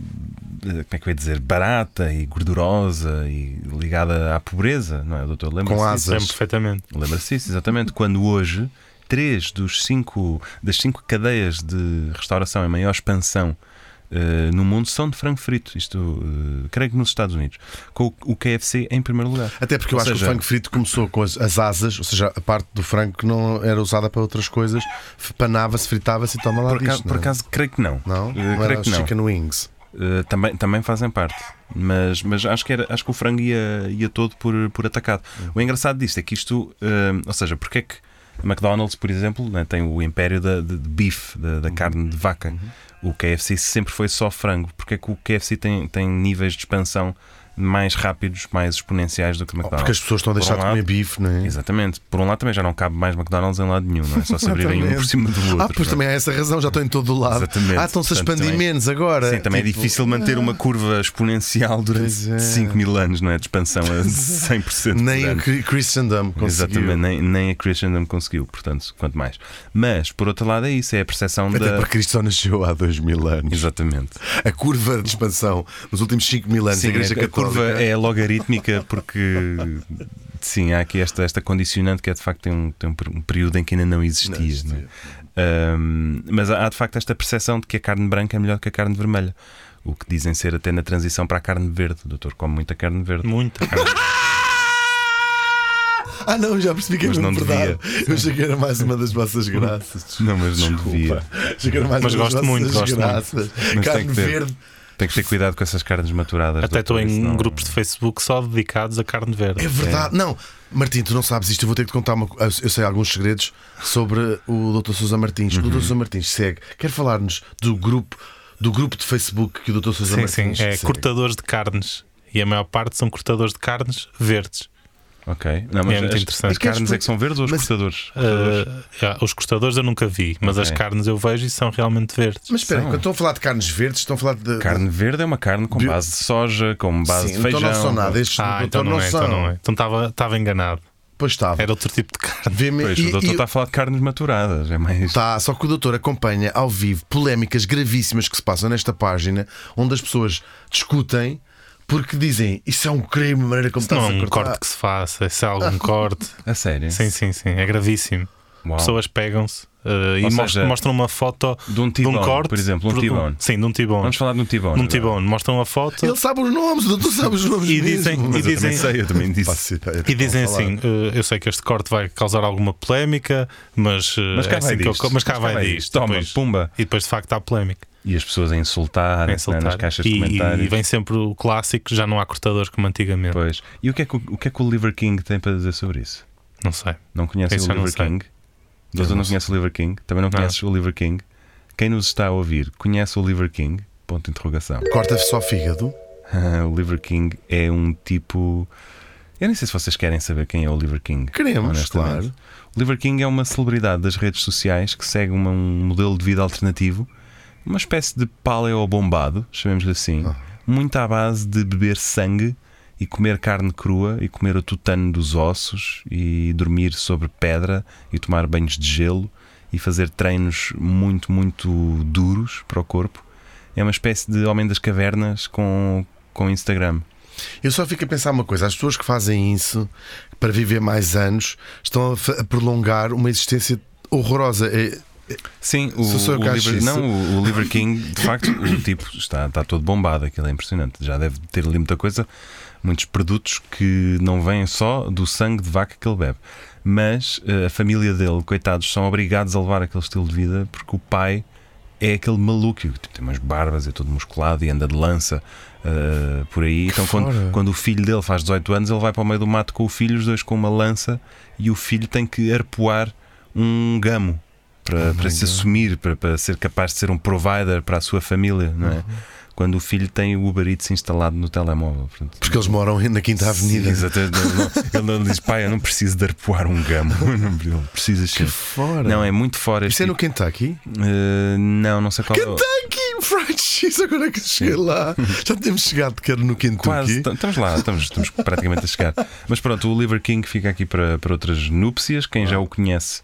[SPEAKER 1] eh, como é que eu ia dizer, barata e gordurosa e ligada à pobreza, não é, doutor? Lembra-se
[SPEAKER 2] Com
[SPEAKER 1] disso?
[SPEAKER 2] asas.
[SPEAKER 3] Lembro perfeitamente.
[SPEAKER 1] Lembra-se disso, exatamente. Quando hoje três dos cinco, das cinco cadeias de restauração em maior expansão eh, no mundo são de frango frito. Isto, eh, creio que nos Estados Unidos. Com o- o KFC em primeiro lugar.
[SPEAKER 2] Até porque eu
[SPEAKER 1] Ou
[SPEAKER 2] acho que
[SPEAKER 1] seja-
[SPEAKER 2] o frango frito começou com as, as asas, ou seja, a parte do frango que não era usada para outras coisas, f- panava-se, fritava-se e toma lá
[SPEAKER 1] Por, acaso,
[SPEAKER 2] disto,
[SPEAKER 1] por
[SPEAKER 2] não é?
[SPEAKER 1] acaso, creio que não.
[SPEAKER 2] Não?
[SPEAKER 1] Eh,
[SPEAKER 2] Não
[SPEAKER 1] creio
[SPEAKER 2] era os
[SPEAKER 1] que não.
[SPEAKER 2] chicken wings.
[SPEAKER 1] Eh, também, também fazem parte. Mas, mas acho, que era, acho que o frango ia, ia todo por, por atacado.
[SPEAKER 2] Hum.
[SPEAKER 1] O engraçado disto é que isto, eh, ou seja, porque é que a McDonald's, por exemplo, né, tem o império da, de, de bife, da, da
[SPEAKER 2] Uhum.
[SPEAKER 1] carne de vaca. O KFC sempre foi só frango. Porque é que o KFC tem, tem níveis de expansão mais rápidos, mais exponenciais do que o McDonald's?
[SPEAKER 2] Oh, Porque as pessoas estão a
[SPEAKER 1] Por
[SPEAKER 2] deixar
[SPEAKER 1] um
[SPEAKER 2] de
[SPEAKER 1] lado-
[SPEAKER 2] comer bife, não é?
[SPEAKER 1] Exatamente. Por um lado também já não cabe mais McDonald's em lado nenhum, não é? Só se abrirem um por
[SPEAKER 2] Exatamente.
[SPEAKER 1] cima do outro.
[SPEAKER 2] Ah, pois
[SPEAKER 1] não é?
[SPEAKER 2] também há essa razão, já estão em todo o lado.
[SPEAKER 1] Exatamente.
[SPEAKER 2] Ah, estão-se a
[SPEAKER 1] Portanto,
[SPEAKER 2] expandir
[SPEAKER 1] também- é-
[SPEAKER 2] menos agora.
[SPEAKER 1] Sim, também é
[SPEAKER 2] Tipo,
[SPEAKER 1] difícil manter uma curva exponencial
[SPEAKER 2] Pois
[SPEAKER 1] durante
[SPEAKER 2] é.
[SPEAKER 1] 5 mil anos, não é? De expansão a 100%. por
[SPEAKER 2] Nem o
[SPEAKER 1] ano.
[SPEAKER 2] Cri- Christendom conseguiu.
[SPEAKER 1] Exatamente, nem, nem a Christendom conseguiu, portanto, quanto mais. Mas, por outro lado, é isso, é a percepção
[SPEAKER 2] Até
[SPEAKER 1] da.
[SPEAKER 2] porque Cristo só nasceu há dois mil anos.
[SPEAKER 1] Exatamente.
[SPEAKER 2] A curva de expansão nos últimos cinco mil anos
[SPEAKER 1] Sim,
[SPEAKER 2] da Igreja
[SPEAKER 1] a, a
[SPEAKER 2] Católica.
[SPEAKER 1] curva é logarítmica porque. Sim, há aqui esta, esta condicionante que é de facto tem um, tem um per- um período em que ainda não existia. Não é?
[SPEAKER 2] existia.
[SPEAKER 1] Ahm, mas há há, de facto esta percepção de que a carne branca é melhor que a carne vermelha. O que dizem ser até na transição para a carne verde. O doutor come muita carne verde.
[SPEAKER 3] Muita.
[SPEAKER 2] Ah, não, já percebi que é
[SPEAKER 1] Mas
[SPEAKER 2] mesmo
[SPEAKER 1] não
[SPEAKER 2] verdade.
[SPEAKER 1] devia.
[SPEAKER 2] Eu achei que era mais uma das vossas graças.
[SPEAKER 1] Não, mas não
[SPEAKER 2] Desculpa.
[SPEAKER 1] devia.
[SPEAKER 2] Achei que era mais
[SPEAKER 3] Mas
[SPEAKER 2] uma das vossas
[SPEAKER 3] gosto muito, gosto muito.
[SPEAKER 2] graças.
[SPEAKER 1] Mas tem
[SPEAKER 2] Carne
[SPEAKER 1] que ter.
[SPEAKER 2] verde.
[SPEAKER 1] Tem que ter cuidado com essas carnes maturadas.
[SPEAKER 3] Até estou
[SPEAKER 1] doutor,
[SPEAKER 3] em
[SPEAKER 1] senão-
[SPEAKER 3] grupos de Facebook só dedicados a carne verde.
[SPEAKER 2] É verdade. Não, Martim, tu não sabes isto. Eu vou ter que te contar uma co- Eu sei alguns segredos sobre o Dr. Sousa Martins.
[SPEAKER 1] Uhum.
[SPEAKER 2] O Dr. Sousa Martins segue. Quer falar-nos do grupo. Do grupo de Facebook que o Dr. Sousa
[SPEAKER 3] Sim,
[SPEAKER 2] Martins
[SPEAKER 1] assim,
[SPEAKER 3] sim. É
[SPEAKER 2] segue.
[SPEAKER 3] cortadores de carnes. E a maior parte são cortadores de carnes verdes.
[SPEAKER 1] Ok. Não, mas
[SPEAKER 3] É muito
[SPEAKER 1] as,
[SPEAKER 3] interessante.
[SPEAKER 1] As carnes é que são verdes ou os
[SPEAKER 2] Mas- tá.
[SPEAKER 1] cortadores?
[SPEAKER 3] Ah, já, os cortadores eu nunca vi, mas as
[SPEAKER 1] Ok.
[SPEAKER 3] carnes eu vejo e são realmente verdes.
[SPEAKER 2] Mas espera, aí, quando estão a falar de carnes verdes, estão a falar de.
[SPEAKER 1] Carne verde é uma carne com
[SPEAKER 2] Bio-
[SPEAKER 1] base de soja, com base
[SPEAKER 2] Sim,
[SPEAKER 1] de feijão.
[SPEAKER 2] então não são nada. Estes
[SPEAKER 3] Ah,
[SPEAKER 2] do
[SPEAKER 3] então
[SPEAKER 2] doutor
[SPEAKER 3] não,
[SPEAKER 2] não,
[SPEAKER 3] é,
[SPEAKER 2] são.
[SPEAKER 3] então não é. Então estava estava enganado.
[SPEAKER 2] Pois estava.
[SPEAKER 3] Era outro tipo de carne.
[SPEAKER 2] Vê-me-
[SPEAKER 1] É Pois,
[SPEAKER 2] e-
[SPEAKER 1] o doutor
[SPEAKER 2] e-
[SPEAKER 1] está a falar de carnes maturadas. É mais.
[SPEAKER 2] Tá, só que o doutor acompanha ao vivo polémicas gravíssimas que se passam nesta página, onde as pessoas discutem porque dizem isso é um crime, a maneira como
[SPEAKER 3] Isso não
[SPEAKER 2] estás
[SPEAKER 3] é um
[SPEAKER 2] a cortar.
[SPEAKER 3] corte que se faça, isso é algum corte.
[SPEAKER 1] A sério.
[SPEAKER 3] Sim, sim, sim. É gravíssimo.
[SPEAKER 1] Uau.
[SPEAKER 3] Pessoas pegam-se eh, e
[SPEAKER 1] Ou
[SPEAKER 3] mostram,
[SPEAKER 1] seja,
[SPEAKER 3] mostram uma foto
[SPEAKER 1] de um T-bone,
[SPEAKER 3] corte.
[SPEAKER 1] por exemplo, um
[SPEAKER 3] por-
[SPEAKER 1] T-bone.
[SPEAKER 3] Sim, de um tibone.
[SPEAKER 1] Vamos falar de um tibone.
[SPEAKER 3] Num
[SPEAKER 1] agora.
[SPEAKER 3] tibone. Mostram a foto
[SPEAKER 2] Ele sabe os nomes, o doutor sabe os nomes
[SPEAKER 3] E
[SPEAKER 2] mesmo.
[SPEAKER 3] dizem- e
[SPEAKER 1] Mas eu
[SPEAKER 3] dizem-
[SPEAKER 1] também sei, eu também disse.
[SPEAKER 2] Faço ideia do que
[SPEAKER 3] e dizem
[SPEAKER 2] estão a falar.
[SPEAKER 3] assim: eh, Eu sei que este corte vai causar alguma polémica, mas, eh,
[SPEAKER 1] Mas cá
[SPEAKER 3] é assim
[SPEAKER 1] vai
[SPEAKER 3] que eu
[SPEAKER 1] disto.
[SPEAKER 3] co- mas cá vai disto.
[SPEAKER 1] Toma,
[SPEAKER 3] Depois-
[SPEAKER 1] pumba.
[SPEAKER 3] E depois de facto há polémica.
[SPEAKER 1] E as pessoas a insultar,
[SPEAKER 3] a
[SPEAKER 1] né,
[SPEAKER 3] insultar.
[SPEAKER 1] nas caixas
[SPEAKER 3] e,
[SPEAKER 1] de comentários.
[SPEAKER 3] e vem sempre o clássico: já não há cortadores como antigamente.
[SPEAKER 1] Pois. E o que, é que, o o que é que o Liver King tem para dizer sobre isso?
[SPEAKER 3] Não sei.
[SPEAKER 1] Não conhece
[SPEAKER 3] Isso
[SPEAKER 1] o
[SPEAKER 3] eu não
[SPEAKER 1] Oliver
[SPEAKER 3] sei.
[SPEAKER 1] King? Doutor, não conhece o Oliver King? Também não
[SPEAKER 3] Não.
[SPEAKER 1] conheces o Oliver King? Quem nos está a ouvir conhece o Oliver King? Ponto de interrogação.
[SPEAKER 2] Corta só o fígado.
[SPEAKER 1] o Oliver King é um tipo. Eu nem sei se vocês querem saber quem é o Oliver King.
[SPEAKER 2] Queremos,
[SPEAKER 1] honestamente.
[SPEAKER 2] claro.
[SPEAKER 1] O Oliver King é uma celebridade das redes sociais que segue uma- um modelo de vida alternativo, uma espécie de paleo bombado, chamemos-lhe assim, muito à base de beber sangue e comer carne crua e comer o tutano dos ossos e dormir sobre pedra e tomar banhos de gelo e fazer treinos muito, muito duros para o corpo. É uma espécie de homem das cavernas com, com Instagram.
[SPEAKER 2] Eu só fico a pensar uma coisa: as pessoas que fazem isso para viver mais anos estão a fa- a prolongar uma existência horrorosa. É-
[SPEAKER 1] Sim, o,
[SPEAKER 2] Sou só eu
[SPEAKER 1] o
[SPEAKER 2] que acho
[SPEAKER 1] Liver,
[SPEAKER 2] isso.
[SPEAKER 1] não, o, o Liver King, de facto, o tipo está, está todo bombado, aquilo é impressionante. Já deve ter ali muita coisa, muitos produtos que não vêm só do sangue de vaca que ele bebe. Mas eh, a família dele, coitados, são obrigados a levar aquele estilo de vida porque o pai é aquele maluco que tipo, tem umas barbas, é todo musculado e anda de lança ah, por aí. então,
[SPEAKER 2] fora.
[SPEAKER 1] quando, quando o filho dele faz 18 anos, ele vai para o meio do mato com o filho, os dois com uma lança, e o filho tem que arpoar um gamo
[SPEAKER 2] Oh
[SPEAKER 1] para, para se assumir, para, para ser capaz de ser um provider para a sua família, não é?
[SPEAKER 2] Uhum.
[SPEAKER 1] Quando o filho tem o Uber Eats instalado no telemóvel. portanto.
[SPEAKER 2] Porque eles moram na Quinta Avenida.
[SPEAKER 1] Sim, exatamente. Não, não. Ele não diz, pai, eu não preciso de arpoar um gamo. Não, Ele precisa ser.
[SPEAKER 2] Fora.
[SPEAKER 1] Não, é muito fora. este
[SPEAKER 2] Isto é no é
[SPEAKER 1] tipo-
[SPEAKER 2] Kentucky?
[SPEAKER 1] Eh, não, não sei qual
[SPEAKER 2] Kentucky! Fried cheese, agora que cheguei lá. Já temos chegado, quero no Kentucky.
[SPEAKER 1] Quase, tam- estamos lá, estamos, estamos praticamente a chegar. Mas pronto, o Liver King fica aqui para, para outras núpcias. Quem já o conhece,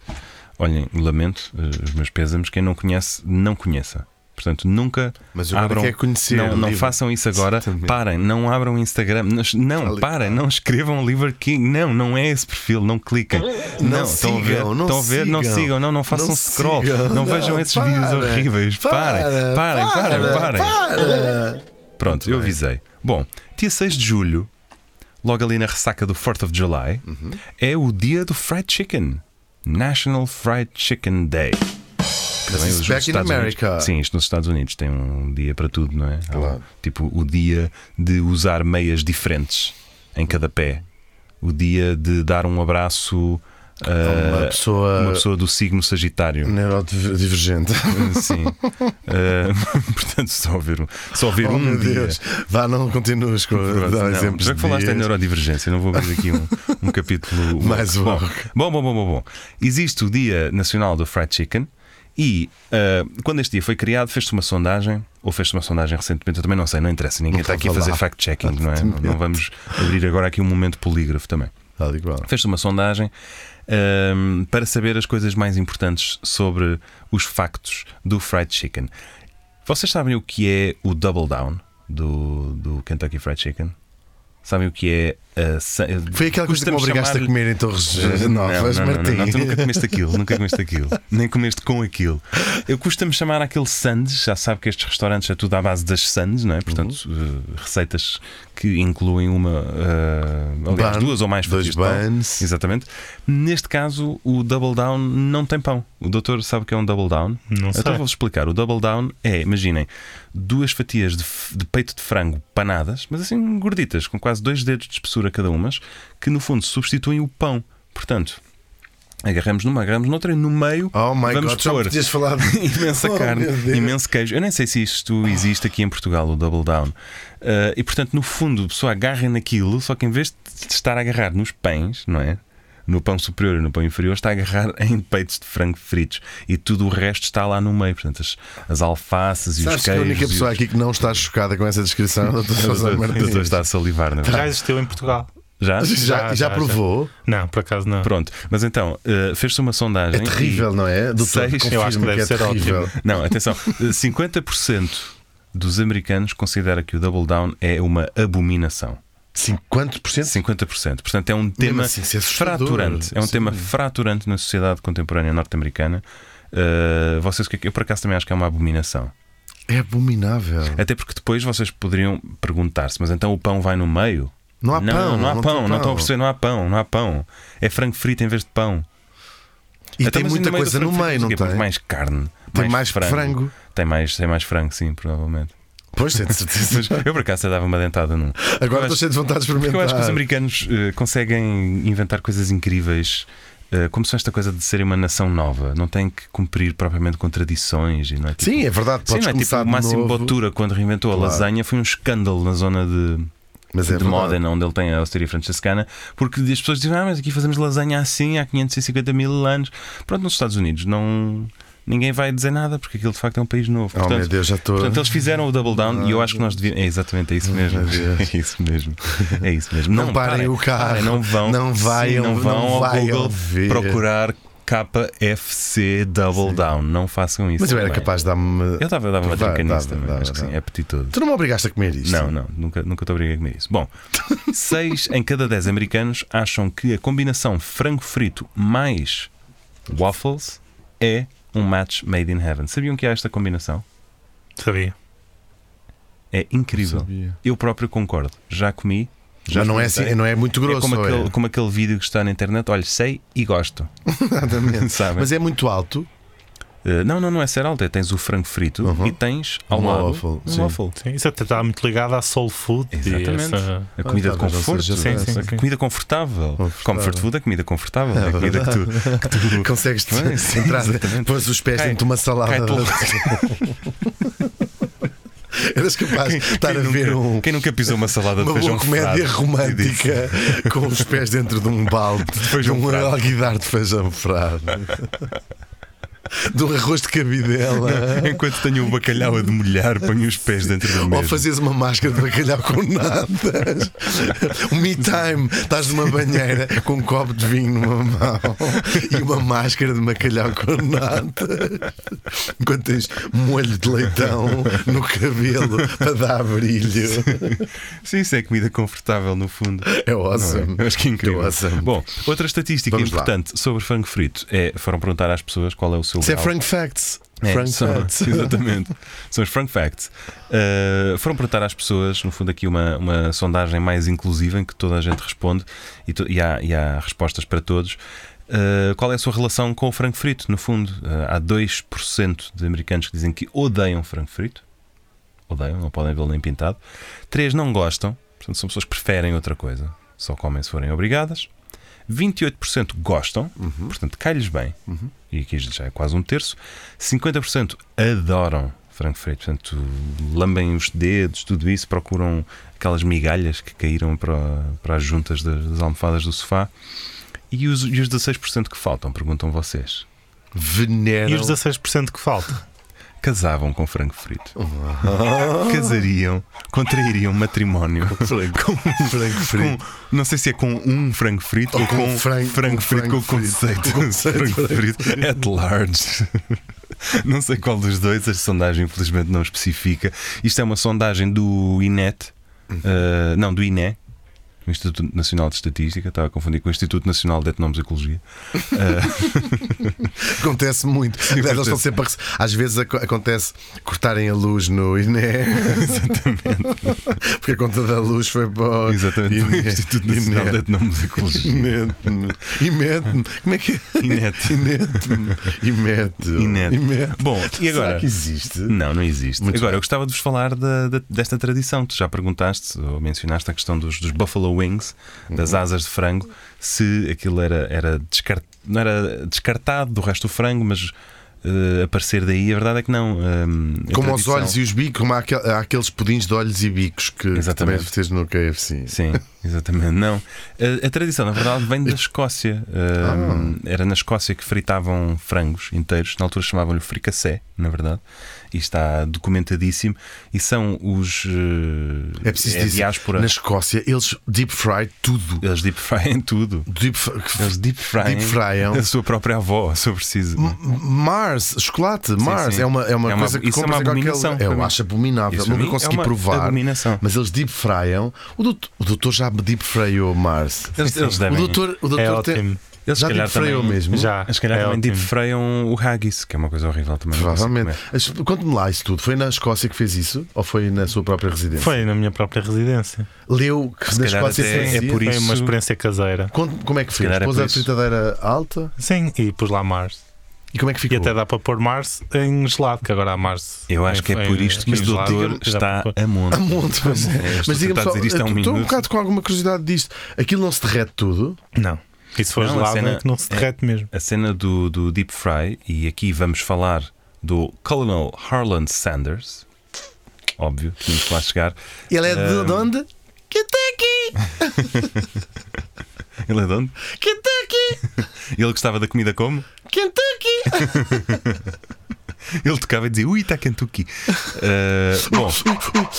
[SPEAKER 1] olhem, lamento eh, os meus pésames. Quem não conhece, não conheça. Portanto, nunca
[SPEAKER 2] Mas agora
[SPEAKER 1] abram.
[SPEAKER 2] quer conhecer
[SPEAKER 1] não
[SPEAKER 2] o
[SPEAKER 1] não
[SPEAKER 2] Liver.
[SPEAKER 1] façam isso agora.
[SPEAKER 2] Exatamente.
[SPEAKER 1] Parem, não abram o Instagram. Nas- Não,
[SPEAKER 2] Ali-
[SPEAKER 1] parem, não escrevam Liver King. Não, não é esse perfil. Não cliquem. Não, estão a ver,
[SPEAKER 2] sigam, não
[SPEAKER 1] estão a ver, não
[SPEAKER 2] sigam.
[SPEAKER 1] sigam. Não, não façam
[SPEAKER 2] Não
[SPEAKER 1] scroll.
[SPEAKER 2] sigam,
[SPEAKER 1] não,
[SPEAKER 2] não,
[SPEAKER 1] vejam esses
[SPEAKER 2] parem,
[SPEAKER 1] vídeos horríveis. Parem,
[SPEAKER 2] para,
[SPEAKER 1] parem, parem,
[SPEAKER 2] para,
[SPEAKER 1] parem.
[SPEAKER 2] para.
[SPEAKER 1] Pronto, eu avisei. Bom, dia 6 de julho, logo ali na ressaca do 4th of July,
[SPEAKER 2] Uhum.
[SPEAKER 1] é o dia do fried chicken. National Fried Chicken Day. Também
[SPEAKER 2] isso
[SPEAKER 1] os-
[SPEAKER 2] back
[SPEAKER 1] os
[SPEAKER 2] in
[SPEAKER 1] Estados
[SPEAKER 2] America.
[SPEAKER 1] Unidos- sim, isto nos Estados Unidos tem um dia para tudo, não é? Há,
[SPEAKER 2] Claro.
[SPEAKER 1] Tipo o dia de usar meias diferentes em cada pé. O dia de dar um abraço
[SPEAKER 2] Uma
[SPEAKER 1] a
[SPEAKER 2] pessoa-
[SPEAKER 1] eh,
[SPEAKER 2] Hum.
[SPEAKER 1] uma pessoa do signo Sagitário.
[SPEAKER 2] Neurodivergente.
[SPEAKER 1] Sim. Eh, portanto, só ouvir, um- só ouvir
[SPEAKER 2] Oh,
[SPEAKER 1] um
[SPEAKER 2] meu
[SPEAKER 1] dia.
[SPEAKER 2] Deus. Vá, não continuas com a
[SPEAKER 1] Pronto,
[SPEAKER 2] dar
[SPEAKER 1] não,
[SPEAKER 2] exemplos.
[SPEAKER 1] Já
[SPEAKER 2] de
[SPEAKER 1] que falaste em
[SPEAKER 2] dias.
[SPEAKER 1] neurodivergência, não vou abrir aqui um, um capítulo.
[SPEAKER 2] Mais um.
[SPEAKER 1] bom, bom, bom, bom, bom, bom. Existe o Dia Nacional do Fried Chicken e ah, quando este dia foi criado, fez-se uma sondagem, ou fez-se uma sondagem recentemente, eu também não sei, não interessa, ninguém
[SPEAKER 2] Não
[SPEAKER 1] está aqui a
[SPEAKER 2] estava
[SPEAKER 1] fazer
[SPEAKER 2] lá.
[SPEAKER 1] fact-checking, não é? Não, não vamos abrir agora aqui um momento polígrafo também.
[SPEAKER 2] Tal e qual.
[SPEAKER 1] Fez-se uma sondagem ahm, para saber as coisas mais importantes sobre os factos do fried chicken. Vocês sabem o que é o double down do, do Kentucky Fried Chicken? Sabem o que é a sa-
[SPEAKER 2] Foi aquela coisa que
[SPEAKER 1] Custa-me
[SPEAKER 2] me obrigaste
[SPEAKER 1] chamar-lhe-
[SPEAKER 2] a comer eh, em Torres
[SPEAKER 1] Não,
[SPEAKER 2] Novas,
[SPEAKER 1] não, não,
[SPEAKER 2] Martim.
[SPEAKER 1] não, não, tu nunca comeste aquilo, nunca comeste aquilo, nem comeste com aquilo. Eu custa-me chamar aquele sandes, já sabe que estes restaurantes é tudo à base das sandes, não é? Portanto,
[SPEAKER 2] Uhum.
[SPEAKER 1] eh, receitas que incluem uma, eh, aliás,
[SPEAKER 2] Bun,
[SPEAKER 1] duas ou mais
[SPEAKER 2] dois
[SPEAKER 1] fatias de pão.
[SPEAKER 2] buns.
[SPEAKER 1] Exatamente. Neste caso, o double down não tem pão. O doutor sabe o que é um double down?
[SPEAKER 3] Não sei.
[SPEAKER 1] Então vou-vos explicar. O double down é, imaginem, duas fatias de, f- de peito de frango panadas, mas assim gorditas, com quase dois dedos de espessura cada umas, que no fundo substituem o pão. Portanto, agarramos numa, agarramos noutra e no meio
[SPEAKER 2] Oh my
[SPEAKER 1] vamos
[SPEAKER 2] god, já
[SPEAKER 1] pôr
[SPEAKER 2] podias falar
[SPEAKER 1] imensa
[SPEAKER 2] Oh,
[SPEAKER 1] carne,
[SPEAKER 2] meu Deus.
[SPEAKER 1] imenso queijo. Eu nem sei se isto existe aqui em Portugal, o double down. Ah, e portanto, no fundo, a pessoa agarra naquilo, só que em vez de estar a agarrar nos pães, não é? No pão superior e no pão inferior, está a agarrar em peitos de frango fritos e tudo o resto está lá no meio. Portanto, as, as alfaces e
[SPEAKER 2] Sabes
[SPEAKER 1] os
[SPEAKER 2] que a
[SPEAKER 1] queijos.
[SPEAKER 2] única
[SPEAKER 1] e
[SPEAKER 2] pessoa
[SPEAKER 1] os...
[SPEAKER 2] aqui que não está chocada com essa descrição é Tá. o Dr. Sousa
[SPEAKER 1] O doutor
[SPEAKER 2] Martins.
[SPEAKER 1] está a salivar, na
[SPEAKER 3] Já
[SPEAKER 1] verdade.
[SPEAKER 3] existiu em Portugal?
[SPEAKER 1] Tá. Já?
[SPEAKER 2] Já,
[SPEAKER 3] Já,
[SPEAKER 2] já
[SPEAKER 3] já,
[SPEAKER 2] provou?
[SPEAKER 3] Não, por acaso não.
[SPEAKER 1] Pronto, mas então, ah, fez-se uma sondagem.
[SPEAKER 2] É
[SPEAKER 1] e-
[SPEAKER 2] terrível, não é? Doutor,
[SPEAKER 1] Seis, eu acho que
[SPEAKER 2] confirma
[SPEAKER 3] deve
[SPEAKER 2] que é
[SPEAKER 3] ser ótimo.
[SPEAKER 2] terrível.
[SPEAKER 1] Não, atenção, 50% dos americanos considera que o Double Down é uma abominação.
[SPEAKER 2] 50%?
[SPEAKER 1] 50%. Portanto, é um tema
[SPEAKER 2] assim, isso é assustador.
[SPEAKER 1] fraturante. É um
[SPEAKER 2] Sim.
[SPEAKER 1] tema fraturante na sociedade contemporânea norte-americana. Uh, vocês, o que é que- eu por acaso também acho que é uma abominação.
[SPEAKER 2] É abominável.
[SPEAKER 1] Até porque depois vocês poderiam perguntar-se, mas então o pão vai no meio?
[SPEAKER 2] Não há
[SPEAKER 1] não,
[SPEAKER 2] pão,
[SPEAKER 1] não, há
[SPEAKER 2] não tem
[SPEAKER 1] pão, não
[SPEAKER 2] pão.
[SPEAKER 1] estão a perceber, não há pão, não há pão. É frango frito em vez de pão.
[SPEAKER 2] E
[SPEAKER 1] Até
[SPEAKER 2] tem
[SPEAKER 1] mas
[SPEAKER 2] muita
[SPEAKER 1] meio do
[SPEAKER 2] coisa no
[SPEAKER 1] frango frito,
[SPEAKER 2] meio, não
[SPEAKER 1] porquê? Porque
[SPEAKER 2] tem?
[SPEAKER 1] mais carne,
[SPEAKER 2] Tem mais
[SPEAKER 1] frango.
[SPEAKER 2] frango.
[SPEAKER 1] Tem mais, tem mais frango, sim, provavelmente.
[SPEAKER 2] Pois, tenho certeza.
[SPEAKER 1] Mas eu por acaso até dava uma dentada num. Eu
[SPEAKER 2] Agora estou
[SPEAKER 1] acho-
[SPEAKER 2] cheio de vontade de
[SPEAKER 1] Porque eu acho que os
[SPEAKER 2] experimentar.
[SPEAKER 1] americanos eh, conseguem inventar coisas incríveis. eh, como são esta coisa de serem uma nação nova, não têm que cumprir propriamente contradições e não é tipo-
[SPEAKER 2] Sim, é verdade,
[SPEAKER 1] Sim,
[SPEAKER 2] podes
[SPEAKER 1] não é tipo
[SPEAKER 2] começar
[SPEAKER 1] o
[SPEAKER 2] de
[SPEAKER 1] Máximo
[SPEAKER 2] novo.
[SPEAKER 1] Bottura quando reinventou
[SPEAKER 2] Claro.
[SPEAKER 1] a lasanha foi um escândalo na zona de,
[SPEAKER 2] Mas é
[SPEAKER 1] de né?
[SPEAKER 2] verdade.
[SPEAKER 1] Modena, onde ele tem a hosteria francescana, porque as pessoas dizem, ah, mas aqui fazemos lasanha assim há 550 mil anos. Pronto, nos Estados Unidos não, ninguém vai dizer nada, porque aquilo de facto é um país novo.
[SPEAKER 2] Oh meu Deus, já estou.
[SPEAKER 1] Portanto, eles fizeram o double down e eu acho que nós devíamos. É exatamente, é isso mesmo.
[SPEAKER 2] Meu Deus.
[SPEAKER 1] É isso mesmo. É isso mesmo.
[SPEAKER 2] Não parem o carro.
[SPEAKER 1] não vão.
[SPEAKER 2] Não vaiam-
[SPEAKER 1] não vão
[SPEAKER 2] não
[SPEAKER 1] ao
[SPEAKER 2] vaiam
[SPEAKER 1] Google
[SPEAKER 2] ver.
[SPEAKER 1] procurar KFC double down. Não façam isso.
[SPEAKER 2] Mas eu era
[SPEAKER 1] também.
[SPEAKER 2] capaz de dar-me.
[SPEAKER 1] Eu dava, dava uma
[SPEAKER 2] Dava,
[SPEAKER 1] trinca nisso
[SPEAKER 2] dava,
[SPEAKER 1] também.
[SPEAKER 2] dava,
[SPEAKER 1] acho que sim,
[SPEAKER 2] dava.
[SPEAKER 1] é apetitoso.
[SPEAKER 2] Tu não me obrigaste a comer isto?
[SPEAKER 1] Não, não, nunca, nunca te obriguei a comer isso. Bom, 6 em cada 10 americanos acham que a combinação frango frito mais waffles é um match made in heaven. Sabiam que há esta combinação?
[SPEAKER 3] Sabia.
[SPEAKER 1] É incrível.
[SPEAKER 2] Sabia.
[SPEAKER 1] Eu próprio concordo. Já comi. Já
[SPEAKER 2] Mas não é
[SPEAKER 1] experimentei.
[SPEAKER 2] assim, não é muito grosso.
[SPEAKER 1] é como
[SPEAKER 2] ou é?
[SPEAKER 1] aquele, como aquele vídeo que está na internet. Olha, sei e gosto.
[SPEAKER 2] Exatamente.
[SPEAKER 1] Sabem?
[SPEAKER 2] Mas é muito alto.
[SPEAKER 1] Eh, não, não, não é ser alta, é tens o frango frito
[SPEAKER 2] Uhum.
[SPEAKER 1] e tens ao
[SPEAKER 2] Um
[SPEAKER 1] lado
[SPEAKER 2] waffle,
[SPEAKER 1] um
[SPEAKER 2] sim.
[SPEAKER 1] waffle.
[SPEAKER 3] Sim, isso até está muito ligado à soul food. e
[SPEAKER 1] Exatamente.
[SPEAKER 3] essa-
[SPEAKER 1] A comida de
[SPEAKER 2] Ah, talvez não
[SPEAKER 1] conforto,
[SPEAKER 2] seja assim.
[SPEAKER 3] Sim, sim,
[SPEAKER 1] a
[SPEAKER 3] sim.
[SPEAKER 1] comida confortável.
[SPEAKER 2] Confortável.
[SPEAKER 1] Comfort food é comida confortável, é,
[SPEAKER 2] É
[SPEAKER 1] a comida que tu, que tu
[SPEAKER 2] Consegues te
[SPEAKER 1] Pois, sim,
[SPEAKER 2] entrar,
[SPEAKER 1] exatamente.
[SPEAKER 2] pôs os pés
[SPEAKER 1] Cai-
[SPEAKER 2] dentro de uma
[SPEAKER 1] cai
[SPEAKER 2] salada.
[SPEAKER 1] pelo-
[SPEAKER 2] Eras capaz de estar
[SPEAKER 1] quem
[SPEAKER 2] a ver
[SPEAKER 1] nunca,
[SPEAKER 2] um,
[SPEAKER 1] quem nunca pisou uma salada de
[SPEAKER 2] uma
[SPEAKER 1] feijão
[SPEAKER 2] boa comédia
[SPEAKER 1] frado? E disse,
[SPEAKER 2] romântica com os pés dentro de um balde, de
[SPEAKER 1] feijão
[SPEAKER 2] um
[SPEAKER 1] frado.
[SPEAKER 2] alguidar de feijão frado, de um arroz de cabidela.
[SPEAKER 1] Enquanto tenho o bacalhau a demolhar, ponho os pés dentro da
[SPEAKER 2] Ou
[SPEAKER 1] mesa.
[SPEAKER 2] fazes uma máscara de bacalhau com natas Um me time Estás numa banheira com um copo de vinho numa mão E uma máscara de bacalhau com natas Enquanto tens molho de leitão No cabelo Para dar brilho
[SPEAKER 1] Sim, isso é comida confortável no fundo.
[SPEAKER 2] É
[SPEAKER 1] Não
[SPEAKER 2] awesome
[SPEAKER 1] é? Eu acho que é incrível.
[SPEAKER 2] É awesome.
[SPEAKER 1] Bom, outra estatística
[SPEAKER 2] Vamos lá.
[SPEAKER 1] importante sobre frango frito é foram perguntar às pessoas qual é o seu
[SPEAKER 2] Isso é
[SPEAKER 1] grau.
[SPEAKER 2] Frank Facts
[SPEAKER 1] É,
[SPEAKER 2] Frank
[SPEAKER 1] são,
[SPEAKER 2] Facts
[SPEAKER 1] Exatamente. São os Frank Facts. Uh, foram perguntar às pessoas, no fundo, aqui uma, uma sondagem mais inclusiva em que toda a gente responde e, to- e há, e há respostas para todos. Uh, qual é a sua relação com o frango frito? No fundo, uh, há 2% de americanos que dizem que odeiam frango frito, odeiam, não podem vê-lo nem pintado. 3% não gostam, portanto, são pessoas que preferem outra coisa, só comem se forem obrigadas. 28% gostam, portanto, cai-lhes bem, e aqui já é quase um terço. 50% adoram frango frito, portanto, lambem os dedos, tudo isso, procuram aquelas migalhas que caíram para, para as juntas das, das almofadas do sofá. E os, e os 16% que faltam, perguntam vocês,
[SPEAKER 2] Veneram
[SPEAKER 3] E os 16% que falta?
[SPEAKER 1] casavam com frango frito? Casariam, contrairiam matrimónio
[SPEAKER 2] Frank, um Frank
[SPEAKER 1] com,
[SPEAKER 2] Frito
[SPEAKER 1] não sei se é com um frango frito ou,
[SPEAKER 2] com um
[SPEAKER 1] com
[SPEAKER 2] frango-
[SPEAKER 1] frango
[SPEAKER 2] com
[SPEAKER 1] frito, com o
[SPEAKER 2] frango frito.
[SPEAKER 1] conceito,
[SPEAKER 2] Com o conceito
[SPEAKER 1] de frango
[SPEAKER 2] frango
[SPEAKER 1] frito at large. Não sei qual dos dois, a sondagem infelizmente não especifica. Isto é uma sondagem do INET,
[SPEAKER 2] Uhum.
[SPEAKER 1] eh, não, do INE, o Instituto Nacional de Estatística, estava a confundir com o Instituto Nacional de Etnomusicologia.
[SPEAKER 2] Acontece muito. Aliás, eles estão
[SPEAKER 1] acontece.
[SPEAKER 2] sempre a rece- Às vezes aco- acontece cortarem a luz no INE. Exatamente. Porque a conta da luz foi para o
[SPEAKER 1] Exatamente, do
[SPEAKER 2] INE.
[SPEAKER 1] Instituto Nacional de Etnomusicologia.
[SPEAKER 2] Inete-me. Inete-me. Como é que é?
[SPEAKER 1] Inete.
[SPEAKER 2] Inete-me. Inete.
[SPEAKER 1] Inete. Bom, e agora? Hum,
[SPEAKER 2] Será que existe?
[SPEAKER 1] Não, não existe.
[SPEAKER 2] Muito
[SPEAKER 1] Agora,
[SPEAKER 2] bem.
[SPEAKER 1] eu gostava de vos falar da- da- desta tradição. Tu já perguntaste ou mencionaste a questão dos, dos buffalo wings, das
[SPEAKER 2] Uhum.
[SPEAKER 1] asas de frango, se aquilo era, era, descar- não era descartado do resto do frango, mas eh, a parecer daí, a verdade é que não. Eh, a
[SPEAKER 2] Como os
[SPEAKER 1] tradição-
[SPEAKER 2] olhos e os bicos, como há, aquel- há aqueles pudins de olhos e bicos que, que também
[SPEAKER 1] Exatamente.
[SPEAKER 2] fez no KFC.
[SPEAKER 1] Sim, exatamente. Não. A, a tradição, na verdade, vem da Escócia.
[SPEAKER 2] Ah.
[SPEAKER 1] Um, Era na Escócia que fritavam frangos inteiros. Na altura chamavam-lhe fricassé, na verdade. E está documentadíssimo. E são os. eh,
[SPEAKER 2] É preciso
[SPEAKER 1] a
[SPEAKER 2] dizer,
[SPEAKER 1] diáspora.
[SPEAKER 2] na Escócia, eles deep fry tudo.
[SPEAKER 1] Eles deep fryem tudo.
[SPEAKER 2] Deep fry-
[SPEAKER 1] Eles deep fryem
[SPEAKER 2] Deep é um fryam. Hum,
[SPEAKER 1] a sua própria avó, se eu preciso.
[SPEAKER 2] Mars, chocolate, Mars,
[SPEAKER 1] sim.
[SPEAKER 2] é uma, é uma
[SPEAKER 1] É uma-
[SPEAKER 2] coisa que
[SPEAKER 1] isso é uma
[SPEAKER 2] compras em qualquer
[SPEAKER 1] abominação
[SPEAKER 2] lugar.
[SPEAKER 1] para
[SPEAKER 2] Eu
[SPEAKER 1] mim.
[SPEAKER 2] acho abominável,
[SPEAKER 1] Isso para
[SPEAKER 2] nunca
[SPEAKER 1] mim é
[SPEAKER 2] consegui
[SPEAKER 1] uma
[SPEAKER 2] provar.
[SPEAKER 1] abominação.
[SPEAKER 2] Mas eles deep fryam. O doutor, o doutor já deep fryou Mars.
[SPEAKER 1] Eles, eles devem.
[SPEAKER 2] O doutor, o doutor Hum?
[SPEAKER 3] É
[SPEAKER 2] tem-
[SPEAKER 3] ótimo.
[SPEAKER 1] eles
[SPEAKER 2] já
[SPEAKER 1] se calhar
[SPEAKER 2] deep fryou
[SPEAKER 1] também-
[SPEAKER 2] mesmo.
[SPEAKER 3] Já.
[SPEAKER 1] Eles, se calhar,
[SPEAKER 3] é
[SPEAKER 1] também
[SPEAKER 3] ótimo.
[SPEAKER 1] deep fryam o haggis, que é uma coisa horrível também. não consigo
[SPEAKER 2] Provavelmente.
[SPEAKER 1] comer.
[SPEAKER 2] Mas Conte-me lá isso tudo. Foi na Escócia que fez isso? Ou foi na sua própria residência?
[SPEAKER 3] Foi na minha própria residência.
[SPEAKER 2] Leu que na
[SPEAKER 1] calhar
[SPEAKER 2] Escócia
[SPEAKER 1] até
[SPEAKER 2] se fazia?
[SPEAKER 1] é por
[SPEAKER 3] Foi
[SPEAKER 1] isso-
[SPEAKER 3] uma experiência caseira.
[SPEAKER 2] Conte-me como é que fez?
[SPEAKER 1] calhar é
[SPEAKER 2] Pôs
[SPEAKER 1] por
[SPEAKER 2] a
[SPEAKER 1] isso.
[SPEAKER 2] fritadeira alta
[SPEAKER 3] Sim, e pus lá Mars.
[SPEAKER 2] e como é que
[SPEAKER 3] E
[SPEAKER 2] ficou?
[SPEAKER 3] até dá para pôr Mars em gelado, que agora há Mars.
[SPEAKER 1] Eu acho
[SPEAKER 3] em-
[SPEAKER 1] que é por
[SPEAKER 3] em-
[SPEAKER 1] isto que
[SPEAKER 3] em
[SPEAKER 1] o
[SPEAKER 3] gelado.
[SPEAKER 1] doutor
[SPEAKER 3] Que dá para
[SPEAKER 1] está
[SPEAKER 3] pôr.
[SPEAKER 1] a monte.
[SPEAKER 2] A monte, mas,
[SPEAKER 1] É, estou
[SPEAKER 2] mas diga-me
[SPEAKER 1] a
[SPEAKER 2] só,
[SPEAKER 1] tentar dizer isto há um
[SPEAKER 2] eu estou um
[SPEAKER 1] minuto.
[SPEAKER 2] bocado com alguma curiosidade disto. Aquilo não se derrete tudo?
[SPEAKER 3] Não. E se for
[SPEAKER 1] Não, a
[SPEAKER 3] gelado,
[SPEAKER 1] cena-
[SPEAKER 3] é que não se derrete mesmo.
[SPEAKER 1] A cena do, do Deep Fry, e aqui vamos falar do Colonel Harlan Sanders. Óbvio, tínhamos que lá chegar.
[SPEAKER 2] Ele é de,
[SPEAKER 1] Ah.
[SPEAKER 2] de onde? Kentucky!
[SPEAKER 1] Ele é de onde?
[SPEAKER 2] Kentucky!
[SPEAKER 1] Ele gostava da comida como?
[SPEAKER 2] Kentucky!
[SPEAKER 1] Ele tocava e dizia, ui, está Kentucky. Uh, bom,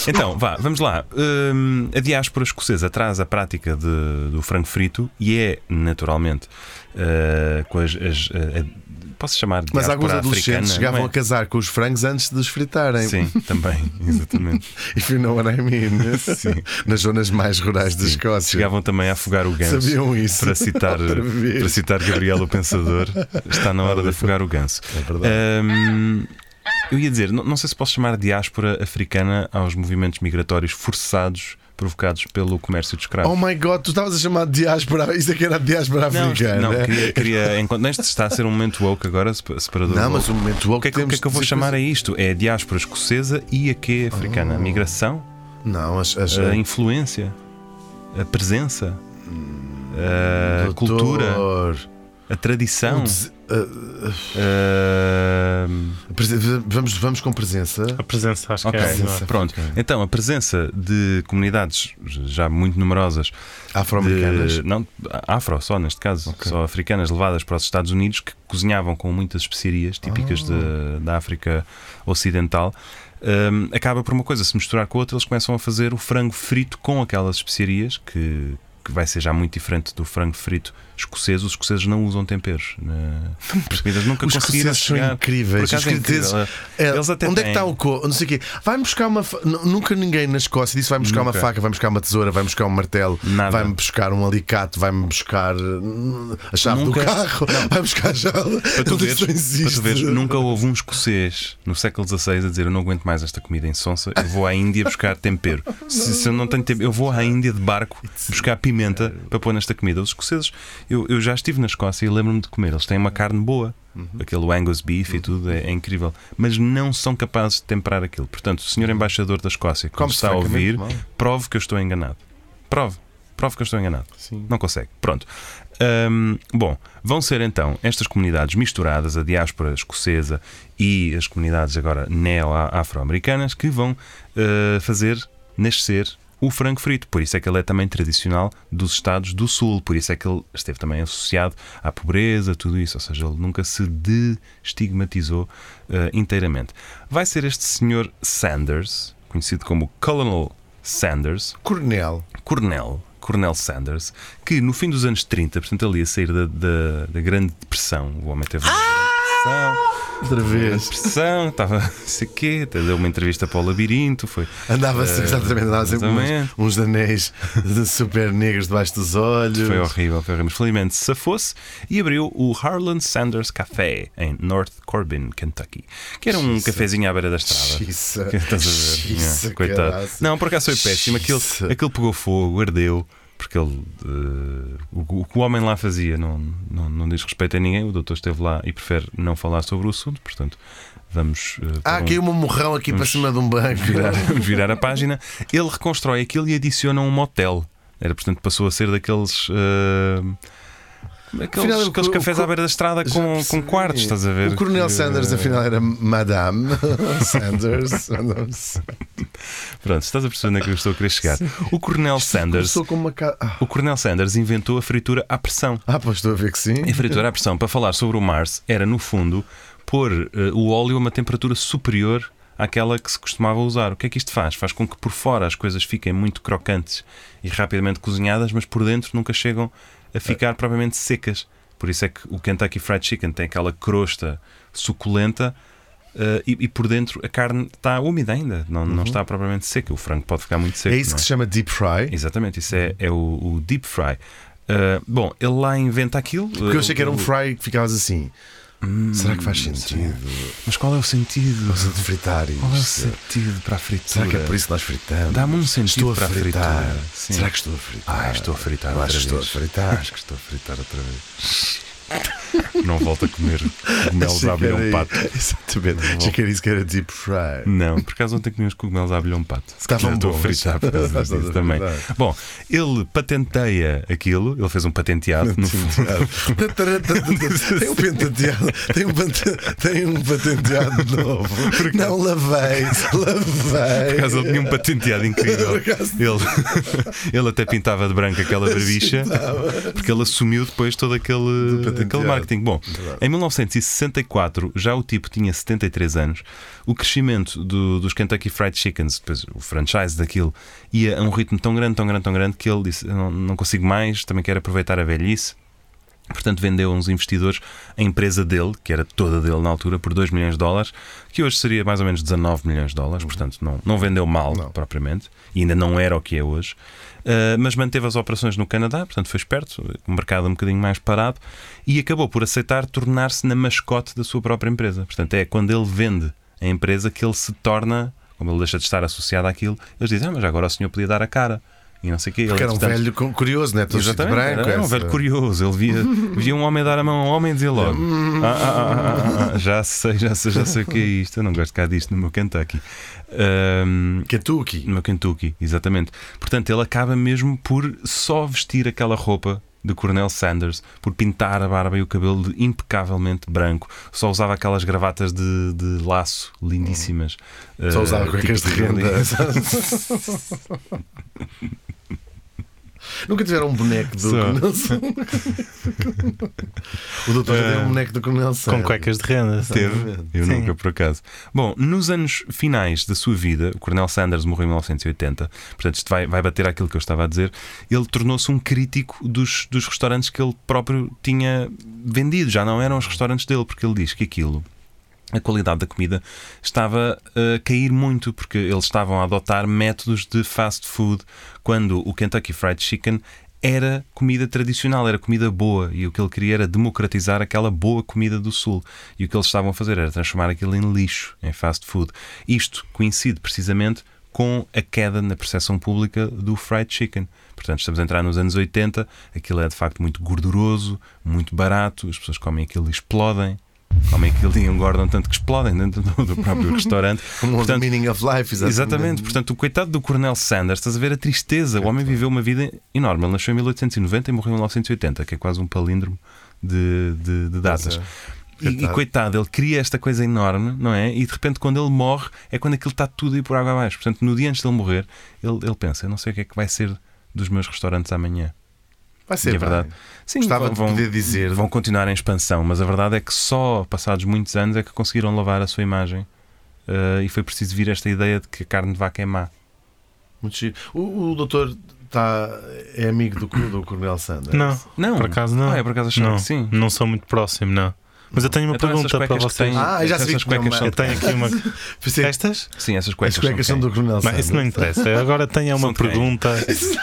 [SPEAKER 1] então, vá, vamos lá. Hum, a diáspora escocesa traz a prática de- do frango frito e é, naturalmente, uh, com as. as- a- a- posso chamar de
[SPEAKER 2] Mas alguns
[SPEAKER 1] diáspora
[SPEAKER 2] adolescentes
[SPEAKER 1] É africana,
[SPEAKER 2] chegavam
[SPEAKER 1] não é?
[SPEAKER 2] a casar com os frangos antes de os fritarem.
[SPEAKER 1] Sim, também, exatamente.
[SPEAKER 2] If you know what I mean.
[SPEAKER 1] Sim.
[SPEAKER 2] Nas zonas mais rurais da Escócia.
[SPEAKER 1] Chegavam também a afogar o ganso.
[SPEAKER 2] Sabiam isso.
[SPEAKER 1] Para citar,
[SPEAKER 2] Outra vez.
[SPEAKER 1] para citar Gabriel o Pensador, está na hora de afogar o ganso.
[SPEAKER 2] É verdade.
[SPEAKER 1] Ahm, eu ia dizer, não, não sei se posso chamar diáspora africana aos movimentos migratórios forçados provocados pelo comércio de escravos.
[SPEAKER 2] Oh my god, tu estavas a chamar de diáspora. Isto é que era diáspora
[SPEAKER 1] não,
[SPEAKER 2] africana.
[SPEAKER 1] não, queria, queria encontrar. Este está a ser um momento woke agora, sep- separador.
[SPEAKER 2] Não,
[SPEAKER 1] woke.
[SPEAKER 2] mas o momento
[SPEAKER 1] O que, é que, o que é que eu vou chamar a isto? É a diáspora escocesa e a que é africana?
[SPEAKER 2] Oh.
[SPEAKER 1] A migração?
[SPEAKER 2] Não, as, as,
[SPEAKER 1] A influência? A presença? A
[SPEAKER 2] eh, doutor,
[SPEAKER 1] cultura?
[SPEAKER 2] o
[SPEAKER 1] A tradição? eh,
[SPEAKER 2] des- ah,
[SPEAKER 1] Ahm,
[SPEAKER 2] presen- eh, vamos, vamos com presença.
[SPEAKER 3] A presença, acho
[SPEAKER 1] ok,
[SPEAKER 3] que é a melhor.
[SPEAKER 2] Presença.
[SPEAKER 1] pronto. Então, a presença de comunidades já muito numerosas
[SPEAKER 2] Afro-americanas.
[SPEAKER 1] de- não, afro, só neste caso, só africanas levadas para os Estados Unidos que cozinhavam com muitas especiarias típicas
[SPEAKER 2] Ah.
[SPEAKER 1] de- da África Ocidental. Hum, acaba por uma coisa se misturar com outra, eles começam a fazer o frango frito com aquelas especiarias que, que vai ser já muito diferente do frango frito escocês. Os escoceses não usam temperos né? As comidas, nunca
[SPEAKER 2] Os
[SPEAKER 1] conseguiram
[SPEAKER 2] escoceses são
[SPEAKER 1] chegar.
[SPEAKER 2] incríveis.
[SPEAKER 1] Por acaso
[SPEAKER 2] Os
[SPEAKER 1] é incrível.
[SPEAKER 2] escoceses- É,
[SPEAKER 1] Eles até
[SPEAKER 2] onde é que
[SPEAKER 1] têm.
[SPEAKER 2] está o co? Não sei o quê. Vai buscar uma. fa- N- Nunca ninguém na Escócia disse vai buscar uma
[SPEAKER 1] Nunca.
[SPEAKER 2] faca, vai buscar uma tesoura, vai buscar um martelo,
[SPEAKER 1] Nada.
[SPEAKER 2] vai-me buscar um alicate, vai-me buscar hum, a chave
[SPEAKER 1] Nunca.
[SPEAKER 2] do carro, vai buscar a chave.
[SPEAKER 1] Para tu,
[SPEAKER 2] Ele
[SPEAKER 1] veres,
[SPEAKER 2] disse, "Não existe."
[SPEAKER 1] para tu veres, nunca houve um escocês no século XVI a dizer eu não aguento mais esta comida insonsa, eu vou à Índia buscar tempero. Se, se eu não tenho tempero, eu vou à Índia de barco buscar pimenta para pôr nesta comida. Os escoceses, eu, eu já estive na Escócia e lembro-me de comer, eles têm uma carne boa.
[SPEAKER 2] Uhum.
[SPEAKER 1] Aquele Angus beef e tudo é, é incrível, mas não são capazes de temperar aquilo. Portanto, o senhor embaixador da Escócia, como
[SPEAKER 2] Come-se
[SPEAKER 1] está a ouvir,
[SPEAKER 2] francamente mal.
[SPEAKER 1] prove que eu estou enganado. Prove, prove que eu estou enganado. Não consegue. Pronto. Hum, bom, vão ser então estas comunidades misturadas, a diáspora escocesa e as comunidades agora neo-afro-americanas, que vão eh, fazer nascer o frango frito. Por isso é que ele é também tradicional dos Estados do Sul, por isso é que ele esteve também associado à pobreza, tudo isso. Ou seja, ele nunca se destigmatizou eh, inteiramente. Vai ser este senhor Sanders, conhecido como Colonel Sanders,
[SPEAKER 2] Coronel.
[SPEAKER 1] Cornell, Cornell Sanders, que no fim dos anos 30, portanto, ali a sair da, da, da Grande Depressão, o homem teve uma grande depressão,
[SPEAKER 2] Outra
[SPEAKER 1] grande
[SPEAKER 2] vez.
[SPEAKER 1] depressão, estava não sei o quê, até deu uma entrevista para o Labirinto, foi.
[SPEAKER 2] Andava-se,
[SPEAKER 1] Eh,
[SPEAKER 2] exatamente, andava sempre com uns,
[SPEAKER 1] exatamente.
[SPEAKER 2] uns anéis de super negros debaixo dos olhos.
[SPEAKER 1] Foi horrível, foi horrível. Mas felizmente safou-se e abriu o Harlan Sanders Café em North Corbin, Kentucky, que era um cafezinho à beira da estrada.
[SPEAKER 2] Xiça.
[SPEAKER 1] Que Estás a ver?
[SPEAKER 2] Xiça,
[SPEAKER 1] Yeah, coitado.
[SPEAKER 2] caraças.
[SPEAKER 1] Não, por acaso foi péssimo. Aquilo,
[SPEAKER 2] Xiça.
[SPEAKER 1] aquilo pegou fogo, ardeu. Porque ele, eh, o, o que o homem lá fazia não, não, não diz respeito a ninguém. O doutor esteve lá e prefere não falar sobre o assunto. Portanto, vamos. eh, por
[SPEAKER 2] Ah,
[SPEAKER 1] um-
[SPEAKER 2] caiu um morrão aqui para cima de um banco.
[SPEAKER 1] virar, virar a página. Ele reconstrói aquilo e adiciona um motel. Era, portanto, passou a ser daqueles. eh, aqueles,
[SPEAKER 2] Afinal, o
[SPEAKER 1] aqueles
[SPEAKER 2] co-
[SPEAKER 1] cafés
[SPEAKER 2] o co-
[SPEAKER 1] à beira da estrada
[SPEAKER 2] Já
[SPEAKER 1] com, com
[SPEAKER 2] percebi.
[SPEAKER 1] quartos, estás a ver?
[SPEAKER 2] O Coronel
[SPEAKER 1] Que-
[SPEAKER 2] Sanders, afinal, era Madame Sanders. Sanders.
[SPEAKER 1] Pronto, estás a perceber onde é que eu estou a querer chegar. O Coronel Sanders.
[SPEAKER 2] Começou com uma ca... ah,
[SPEAKER 1] O Coronel Sanders inventou a fritura à pressão.
[SPEAKER 2] ah, pois estou a ver que sim.
[SPEAKER 1] A fritura à pressão, para falar sobre o Mars, era no fundo pôr eh, o óleo a uma temperatura superior àquela que se costumava usar. O que é que isto faz? Faz com que por fora as coisas fiquem muito crocantes e rapidamente cozinhadas, mas por dentro nunca chegam a ficar propriamente secas. Por isso é que o Kentucky Fried Chicken tem aquela crosta suculenta. eh, e, e por dentro a carne está úmida ainda, não, não está propriamente seca. O frango pode ficar muito seco.
[SPEAKER 2] Uhum. É isso
[SPEAKER 1] não
[SPEAKER 2] que se chama Deep Fry.
[SPEAKER 1] Exatamente, isso é, é o, o deep fry. Ah, bom, ele lá inventa aquilo.
[SPEAKER 2] Porque
[SPEAKER 1] ah,
[SPEAKER 2] eu achei que era um fry que ficavas assim. Será que faz sentido?
[SPEAKER 1] Hum, Mas qual é o sentido?
[SPEAKER 2] Mas de fritar
[SPEAKER 1] Qual é o
[SPEAKER 2] isto?
[SPEAKER 1] sentido para a fritura?
[SPEAKER 2] Será que é por isso que nós fritamos?
[SPEAKER 1] Dá-me um sentido
[SPEAKER 2] Estou a
[SPEAKER 1] para a
[SPEAKER 2] fritar.
[SPEAKER 1] fritura. Sim.
[SPEAKER 2] Será que estou a fritar?
[SPEAKER 1] Ah, estou a fritar
[SPEAKER 2] Eu
[SPEAKER 1] outra
[SPEAKER 2] acho que estou a
[SPEAKER 1] vez.
[SPEAKER 2] fritar. Acho que estou a fritar outra vez.
[SPEAKER 1] Não volta a comer cogumelos à abelhão um pato. Tá
[SPEAKER 2] Exatamente. Achei que era isso que era Deep Fry.
[SPEAKER 1] Não, por acaso ontem comíamos cogumelos à abelhão pato. Se
[SPEAKER 2] Estavam
[SPEAKER 1] calhar estou a
[SPEAKER 2] bons.
[SPEAKER 1] fritar por causa
[SPEAKER 2] Estás a
[SPEAKER 1] disso também.
[SPEAKER 2] fritar.
[SPEAKER 1] Bom, ele patenteia aquilo, ele fez um patenteado no fundo.
[SPEAKER 2] tem um patenteado, tem um, pate- tem um patenteado novo. Não lavei, lavei.
[SPEAKER 1] Por acaso ele tinha um patenteado incrível.
[SPEAKER 2] Por acaso- Assim
[SPEAKER 1] Ele, ele até pintava de branco aquela barbicha porque ele assumiu depois todo aquele,
[SPEAKER 2] patenteado.
[SPEAKER 1] aquele marketing. Bom, em 1964 já o tipo tinha 73 anos. O crescimento do- dos Kentucky Fried Chickens, depois o franchise daquilo, ia a um ritmo tão grande, tão grande, tão grande que ele disse: "Eu não, não consigo mais, também quero aproveitar a velhice. Portanto, vendeu a uns investidores a empresa dele, que era toda dele na altura, por 2 milhões de dólares, que hoje seria mais ou menos 19 milhões de dólares.
[SPEAKER 2] Uhum.
[SPEAKER 1] Portanto, não, não vendeu mal, propriamente, e ainda não era o que é hoje. Ah, mas manteve as operações no Canadá, portanto, foi esperto, o mercado um bocadinho mais parado, e acabou por aceitar tornar-se na mascote da sua própria empresa. Portanto, é quando ele vende a empresa que ele se torna como ele deixa de estar associado àquilo, eles dizem, ah, mas agora o senhor podia dar a cara. E não sei o quê.
[SPEAKER 2] Porque
[SPEAKER 1] Ele,
[SPEAKER 2] era um
[SPEAKER 1] portanto,
[SPEAKER 2] velho cu- curioso, né? Todo vestido de
[SPEAKER 1] Exatamente,
[SPEAKER 2] branco.
[SPEAKER 1] era, era um
[SPEAKER 2] essa-
[SPEAKER 1] velho curioso. Ele via, via um homem dar a mão a um homem e dizia logo: "Ah, ah, ah, ah, ah, ah, Já sei, já sei, já sei o que é isto. Eu não gosto cá disto no meu Kentucky. Ahm,
[SPEAKER 2] Kentucky.
[SPEAKER 1] no meu Kentucky, exatamente. Portanto, ele acaba mesmo por só vestir aquela roupa de Cornel Sanders, por pintar a barba e o cabelo de impecavelmente branco. Só usava aquelas gravatas de, de laço lindíssimas.
[SPEAKER 2] Só
[SPEAKER 1] Ah,
[SPEAKER 2] usava cuecas de
[SPEAKER 1] tipo
[SPEAKER 2] renda. Nunca tiveram um boneco do
[SPEAKER 1] Só.
[SPEAKER 2] Coronel Sanders. O doutor já
[SPEAKER 1] Eh,
[SPEAKER 2] teve um boneco do Coronel Sanders.
[SPEAKER 3] Com cuecas de renda.
[SPEAKER 1] Teve, eu
[SPEAKER 3] Sim.
[SPEAKER 1] nunca por acaso. Bom, nos anos finais da sua vida, o Coronel Sanders morreu em 1980, portanto isto vai, vai bater àquilo que eu estava a dizer. Ele tornou-se um crítico dos, dos restaurantes que ele próprio tinha vendido, já não eram os restaurantes dele, porque ele diz que aquilo. A qualidade da comida estava a cair muito porque eles estavam a adotar métodos de fast food quando o Kentucky Fried Chicken era comida tradicional, era comida boa e o que ele queria era democratizar aquela boa comida do Sul. E o que eles estavam a fazer era transformar aquilo em lixo, em fast food. Isto coincide precisamente com a queda na percepção pública do fried chicken. Portanto, estamos a entrar nos anos 80, aquilo é de facto muito gorduroso, muito barato, as pessoas comem aquilo e explodem. Comem aquilo e engordam tanto que explodem dentro do do próprio restaurante.
[SPEAKER 2] Como o
[SPEAKER 1] Portanto,
[SPEAKER 2] Um Meaning of Life, exatamente.
[SPEAKER 1] Exatamente, portanto, o coitado do Coronel Sanders, estás a ver a tristeza. O homem viveu uma vida enorme. Ele nasceu em 1890 e morreu em 1980, que é quase um palíndromo de, de- de datas. E, e
[SPEAKER 2] é. Coitado.
[SPEAKER 1] coitado, ele cria esta coisa enorme, não é? E de repente, quando ele morre, é quando aquilo está tudo aí por água abaixo. Portanto, no dia antes dele morrer, ele, ele pensa: Eu não sei o que é que vai ser dos meus restaurantes amanhã.
[SPEAKER 2] Vai ser
[SPEAKER 1] E é
[SPEAKER 2] vai.
[SPEAKER 1] verdade. Sim,
[SPEAKER 2] Gostava
[SPEAKER 1] vão-
[SPEAKER 2] de
[SPEAKER 1] vão-
[SPEAKER 2] poder dizer.
[SPEAKER 1] Vão continuar em expansão, mas a verdade é que só passados muitos anos é que conseguiram lavar a sua imagem. eh, e foi preciso vir esta ideia de que a carne de vaca é má.
[SPEAKER 2] Muito giro. O, o doutor tá, é amigo do, do Coronel Sanders.
[SPEAKER 3] Não,
[SPEAKER 1] Não.
[SPEAKER 3] por acaso não.
[SPEAKER 1] Ah, é por acaso achava
[SPEAKER 3] não,
[SPEAKER 1] que sim.
[SPEAKER 3] Não sou muito próximo, não. Mas eu tenho uma
[SPEAKER 1] Então essas
[SPEAKER 3] pergunta para
[SPEAKER 1] cuecas que
[SPEAKER 3] vocês.
[SPEAKER 1] têm-
[SPEAKER 2] Ah, já
[SPEAKER 1] essas
[SPEAKER 2] sabia que
[SPEAKER 1] cuecas
[SPEAKER 2] tinha
[SPEAKER 1] são
[SPEAKER 3] eu tenho aqui uma.
[SPEAKER 2] Pensei que
[SPEAKER 3] Estas?
[SPEAKER 1] Sim, essas cuecas,
[SPEAKER 2] as cuecas são
[SPEAKER 1] são
[SPEAKER 2] do Coronel
[SPEAKER 3] Bem,
[SPEAKER 2] Sanders.
[SPEAKER 3] isso não interessa. Eu Agora tenho uma
[SPEAKER 1] São de quem?
[SPEAKER 3] pergunta.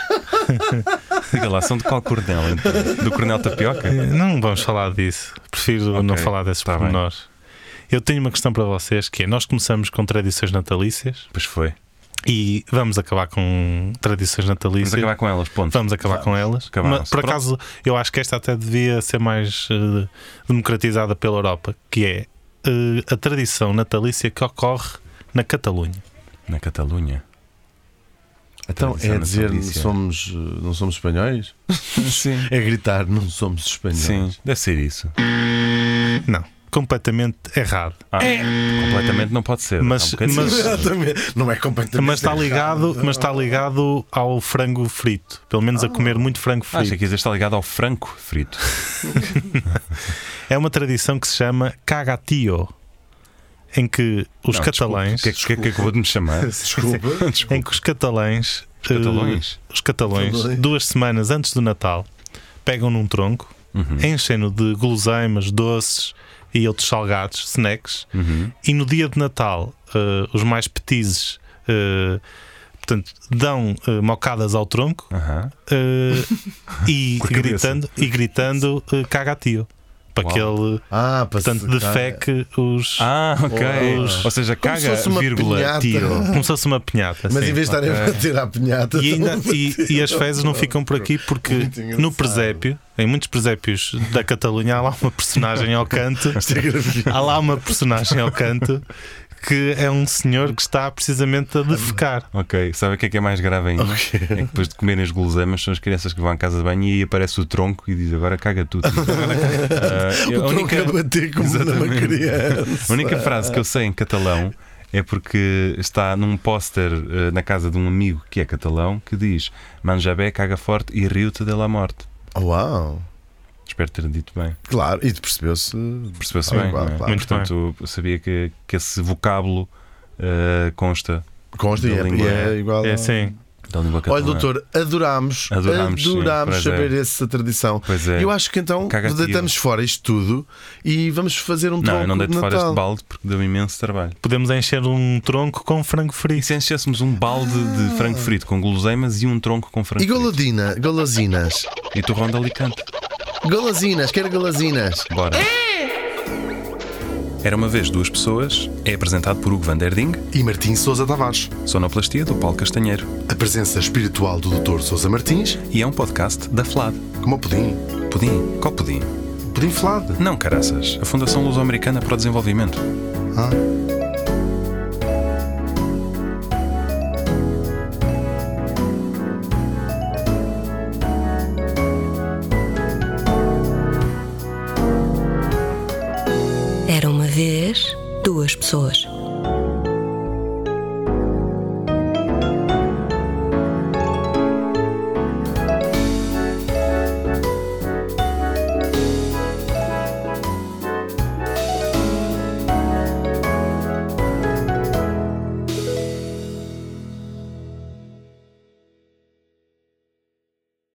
[SPEAKER 1] Diga lá, são de qual coronel? então? Do coronel Tapioca?
[SPEAKER 3] Eh, Não vamos falar disso. Prefiro não falar desses
[SPEAKER 1] tá bem.
[SPEAKER 3] pormenores. Eu tenho uma questão para vocês que é: nós começamos com tradições natalícias
[SPEAKER 1] Pois foi.
[SPEAKER 3] e vamos acabar com tradições
[SPEAKER 1] Vamos
[SPEAKER 3] natalícias.
[SPEAKER 1] acabar com elas, ponto.
[SPEAKER 3] Vamos acabar com elas.
[SPEAKER 1] Acabaram-se.
[SPEAKER 3] Mas, por
[SPEAKER 1] Pronto.
[SPEAKER 3] acaso, eu acho que esta até devia ser mais eh, democratizada pela Europa, que é eh, a tradição natalícia que ocorre na Catalunha.
[SPEAKER 1] Na Catalunha.
[SPEAKER 2] Então
[SPEAKER 1] Tradição
[SPEAKER 2] é dizer não
[SPEAKER 1] natalícia.
[SPEAKER 2] somos, eh, não somos espanhóis?
[SPEAKER 1] Sim.
[SPEAKER 2] É gritar não somos espanhóis.
[SPEAKER 1] Sim, deve ser isso.
[SPEAKER 3] Não, completamente errado.
[SPEAKER 1] Ah,
[SPEAKER 2] É.
[SPEAKER 1] Completamente não pode ser.
[SPEAKER 3] Mas-
[SPEAKER 1] Há um bocadinho.
[SPEAKER 3] mas-
[SPEAKER 2] Exatamente. Não é completamente. Ah,
[SPEAKER 3] Mas está ligado, mas está ligado ao frango frito, pelo menos a comer muito frango
[SPEAKER 1] Ah, achei
[SPEAKER 3] frito.
[SPEAKER 1] que isto está ligado ao franco frito.
[SPEAKER 3] É uma tradição que se chama cagatio, em que os
[SPEAKER 1] Não,
[SPEAKER 3] catalães,
[SPEAKER 1] desculpe, O que, é- o que é que eu vou de me chamar?
[SPEAKER 2] Desculpa. É
[SPEAKER 1] Desculpe.
[SPEAKER 3] em que os catalães, os
[SPEAKER 1] Catalões?
[SPEAKER 3] os catalões,
[SPEAKER 2] Catalões.
[SPEAKER 3] duas semanas antes do Natal, pegam num tronco,
[SPEAKER 1] Uhum.
[SPEAKER 3] enchem-no de guloseimas, doces e outros salgados, snacks,
[SPEAKER 1] Uhum.
[SPEAKER 3] e no dia de Natal, eh, os mais petizes. eh, Portanto, dão eh, mocadas ao tronco
[SPEAKER 1] Aham.
[SPEAKER 3] eh, e,
[SPEAKER 1] Com a Ah. cabeça.
[SPEAKER 3] gritando, e gritando eh, caga tio. Para que ele,
[SPEAKER 2] Ah, para
[SPEAKER 3] portanto,
[SPEAKER 2] se-
[SPEAKER 3] defeque os.
[SPEAKER 1] Ah, ok.
[SPEAKER 2] Os-
[SPEAKER 1] Ou seja,
[SPEAKER 2] é Como se
[SPEAKER 1] caga,
[SPEAKER 2] fosse uma
[SPEAKER 1] vírgula, tipo,
[SPEAKER 2] pinhata.
[SPEAKER 1] tio.
[SPEAKER 3] Como se fosse uma pinhata.
[SPEAKER 2] tá. Mas
[SPEAKER 3] sim.
[SPEAKER 2] em vez de estarem a
[SPEAKER 1] ok.
[SPEAKER 2] bater à pinhata.
[SPEAKER 3] E, ainda-
[SPEAKER 2] estão a
[SPEAKER 3] e-
[SPEAKER 2] bater
[SPEAKER 3] e as fezes não
[SPEAKER 2] ao-
[SPEAKER 3] ficam por aqui porque
[SPEAKER 2] Muito engraçado.
[SPEAKER 3] no presépio, em muitos presépios da Catalunha, há lá uma personagem ao canto.
[SPEAKER 2] Isto é grave.
[SPEAKER 3] Há lá uma personagem ao canto que é um senhor que está precisamente a defecar.
[SPEAKER 1] Ok, sabe o que é que é mais grave ainda? É que depois de comerem os guloseimas são as crianças que vão à casa de banho e aí aparece o tronco e diz agora caga tudo. Ah, eu- a,
[SPEAKER 2] O tronco é
[SPEAKER 1] única,
[SPEAKER 2] a bater como numa
[SPEAKER 1] Exatamente.
[SPEAKER 2] criança.
[SPEAKER 1] a única frase que eu sei em catalão é porque está num póster eh, na casa de um amigo que é catalão que diz Manjabé caga forte e riu-te de la morte.
[SPEAKER 2] Uau!
[SPEAKER 1] Espero ter dito bem.
[SPEAKER 2] Claro, e percebeu-se.
[SPEAKER 1] Percebeu-se
[SPEAKER 2] Ah,
[SPEAKER 1] bem?
[SPEAKER 2] claro,
[SPEAKER 1] não é?
[SPEAKER 2] claro.
[SPEAKER 3] Muito
[SPEAKER 1] Portanto, eu sabia que, que esse vocábulo eh, consta
[SPEAKER 2] Consta e
[SPEAKER 1] Da
[SPEAKER 2] é,
[SPEAKER 1] língua.
[SPEAKER 2] e é igual.
[SPEAKER 3] É
[SPEAKER 2] a-
[SPEAKER 3] sim.
[SPEAKER 1] da língua catalã.
[SPEAKER 2] Olha, doutor, adorámos,
[SPEAKER 1] Adorámos,
[SPEAKER 2] adorámos,
[SPEAKER 1] sim, pois
[SPEAKER 2] saber
[SPEAKER 1] é.
[SPEAKER 2] essa tradição.
[SPEAKER 1] Pois é.
[SPEAKER 2] Eu acho que então
[SPEAKER 1] Cagativo.
[SPEAKER 2] deitamos fora isto tudo e vamos fazer um
[SPEAKER 1] Não, eu
[SPEAKER 2] tronco
[SPEAKER 1] não
[SPEAKER 2] de
[SPEAKER 1] deito
[SPEAKER 2] Natal.
[SPEAKER 1] fora este balde porque deu-me imenso trabalho.
[SPEAKER 3] Podemos encher um tronco com frango
[SPEAKER 1] E
[SPEAKER 3] frito.
[SPEAKER 1] se enchêssemos um balde
[SPEAKER 2] Ah.
[SPEAKER 1] de frango frito com guloseimas e um tronco com frango
[SPEAKER 2] E golodina, golosinas.
[SPEAKER 1] frito? E torrão de Alicante.
[SPEAKER 2] É! Golosinas, quero golosinas.
[SPEAKER 1] Bora. Era uma vez duas pessoas é apresentado por Hugo Van Der Ding,
[SPEAKER 2] E Martim Sousa Tavares,
[SPEAKER 1] sonoplastia do Paulo Castanheiro,
[SPEAKER 2] a presença espiritual do Dr. Sousa Martins,
[SPEAKER 1] e é um podcast da FLAD.
[SPEAKER 2] como o pudim,
[SPEAKER 1] Pudim? Qual pudim?
[SPEAKER 2] pudim flado.
[SPEAKER 1] Não, caraças. A Fundação Luso-Americana para o Desenvolvimento.
[SPEAKER 2] Ah.
[SPEAKER 5] Era uma vez duas pessoas.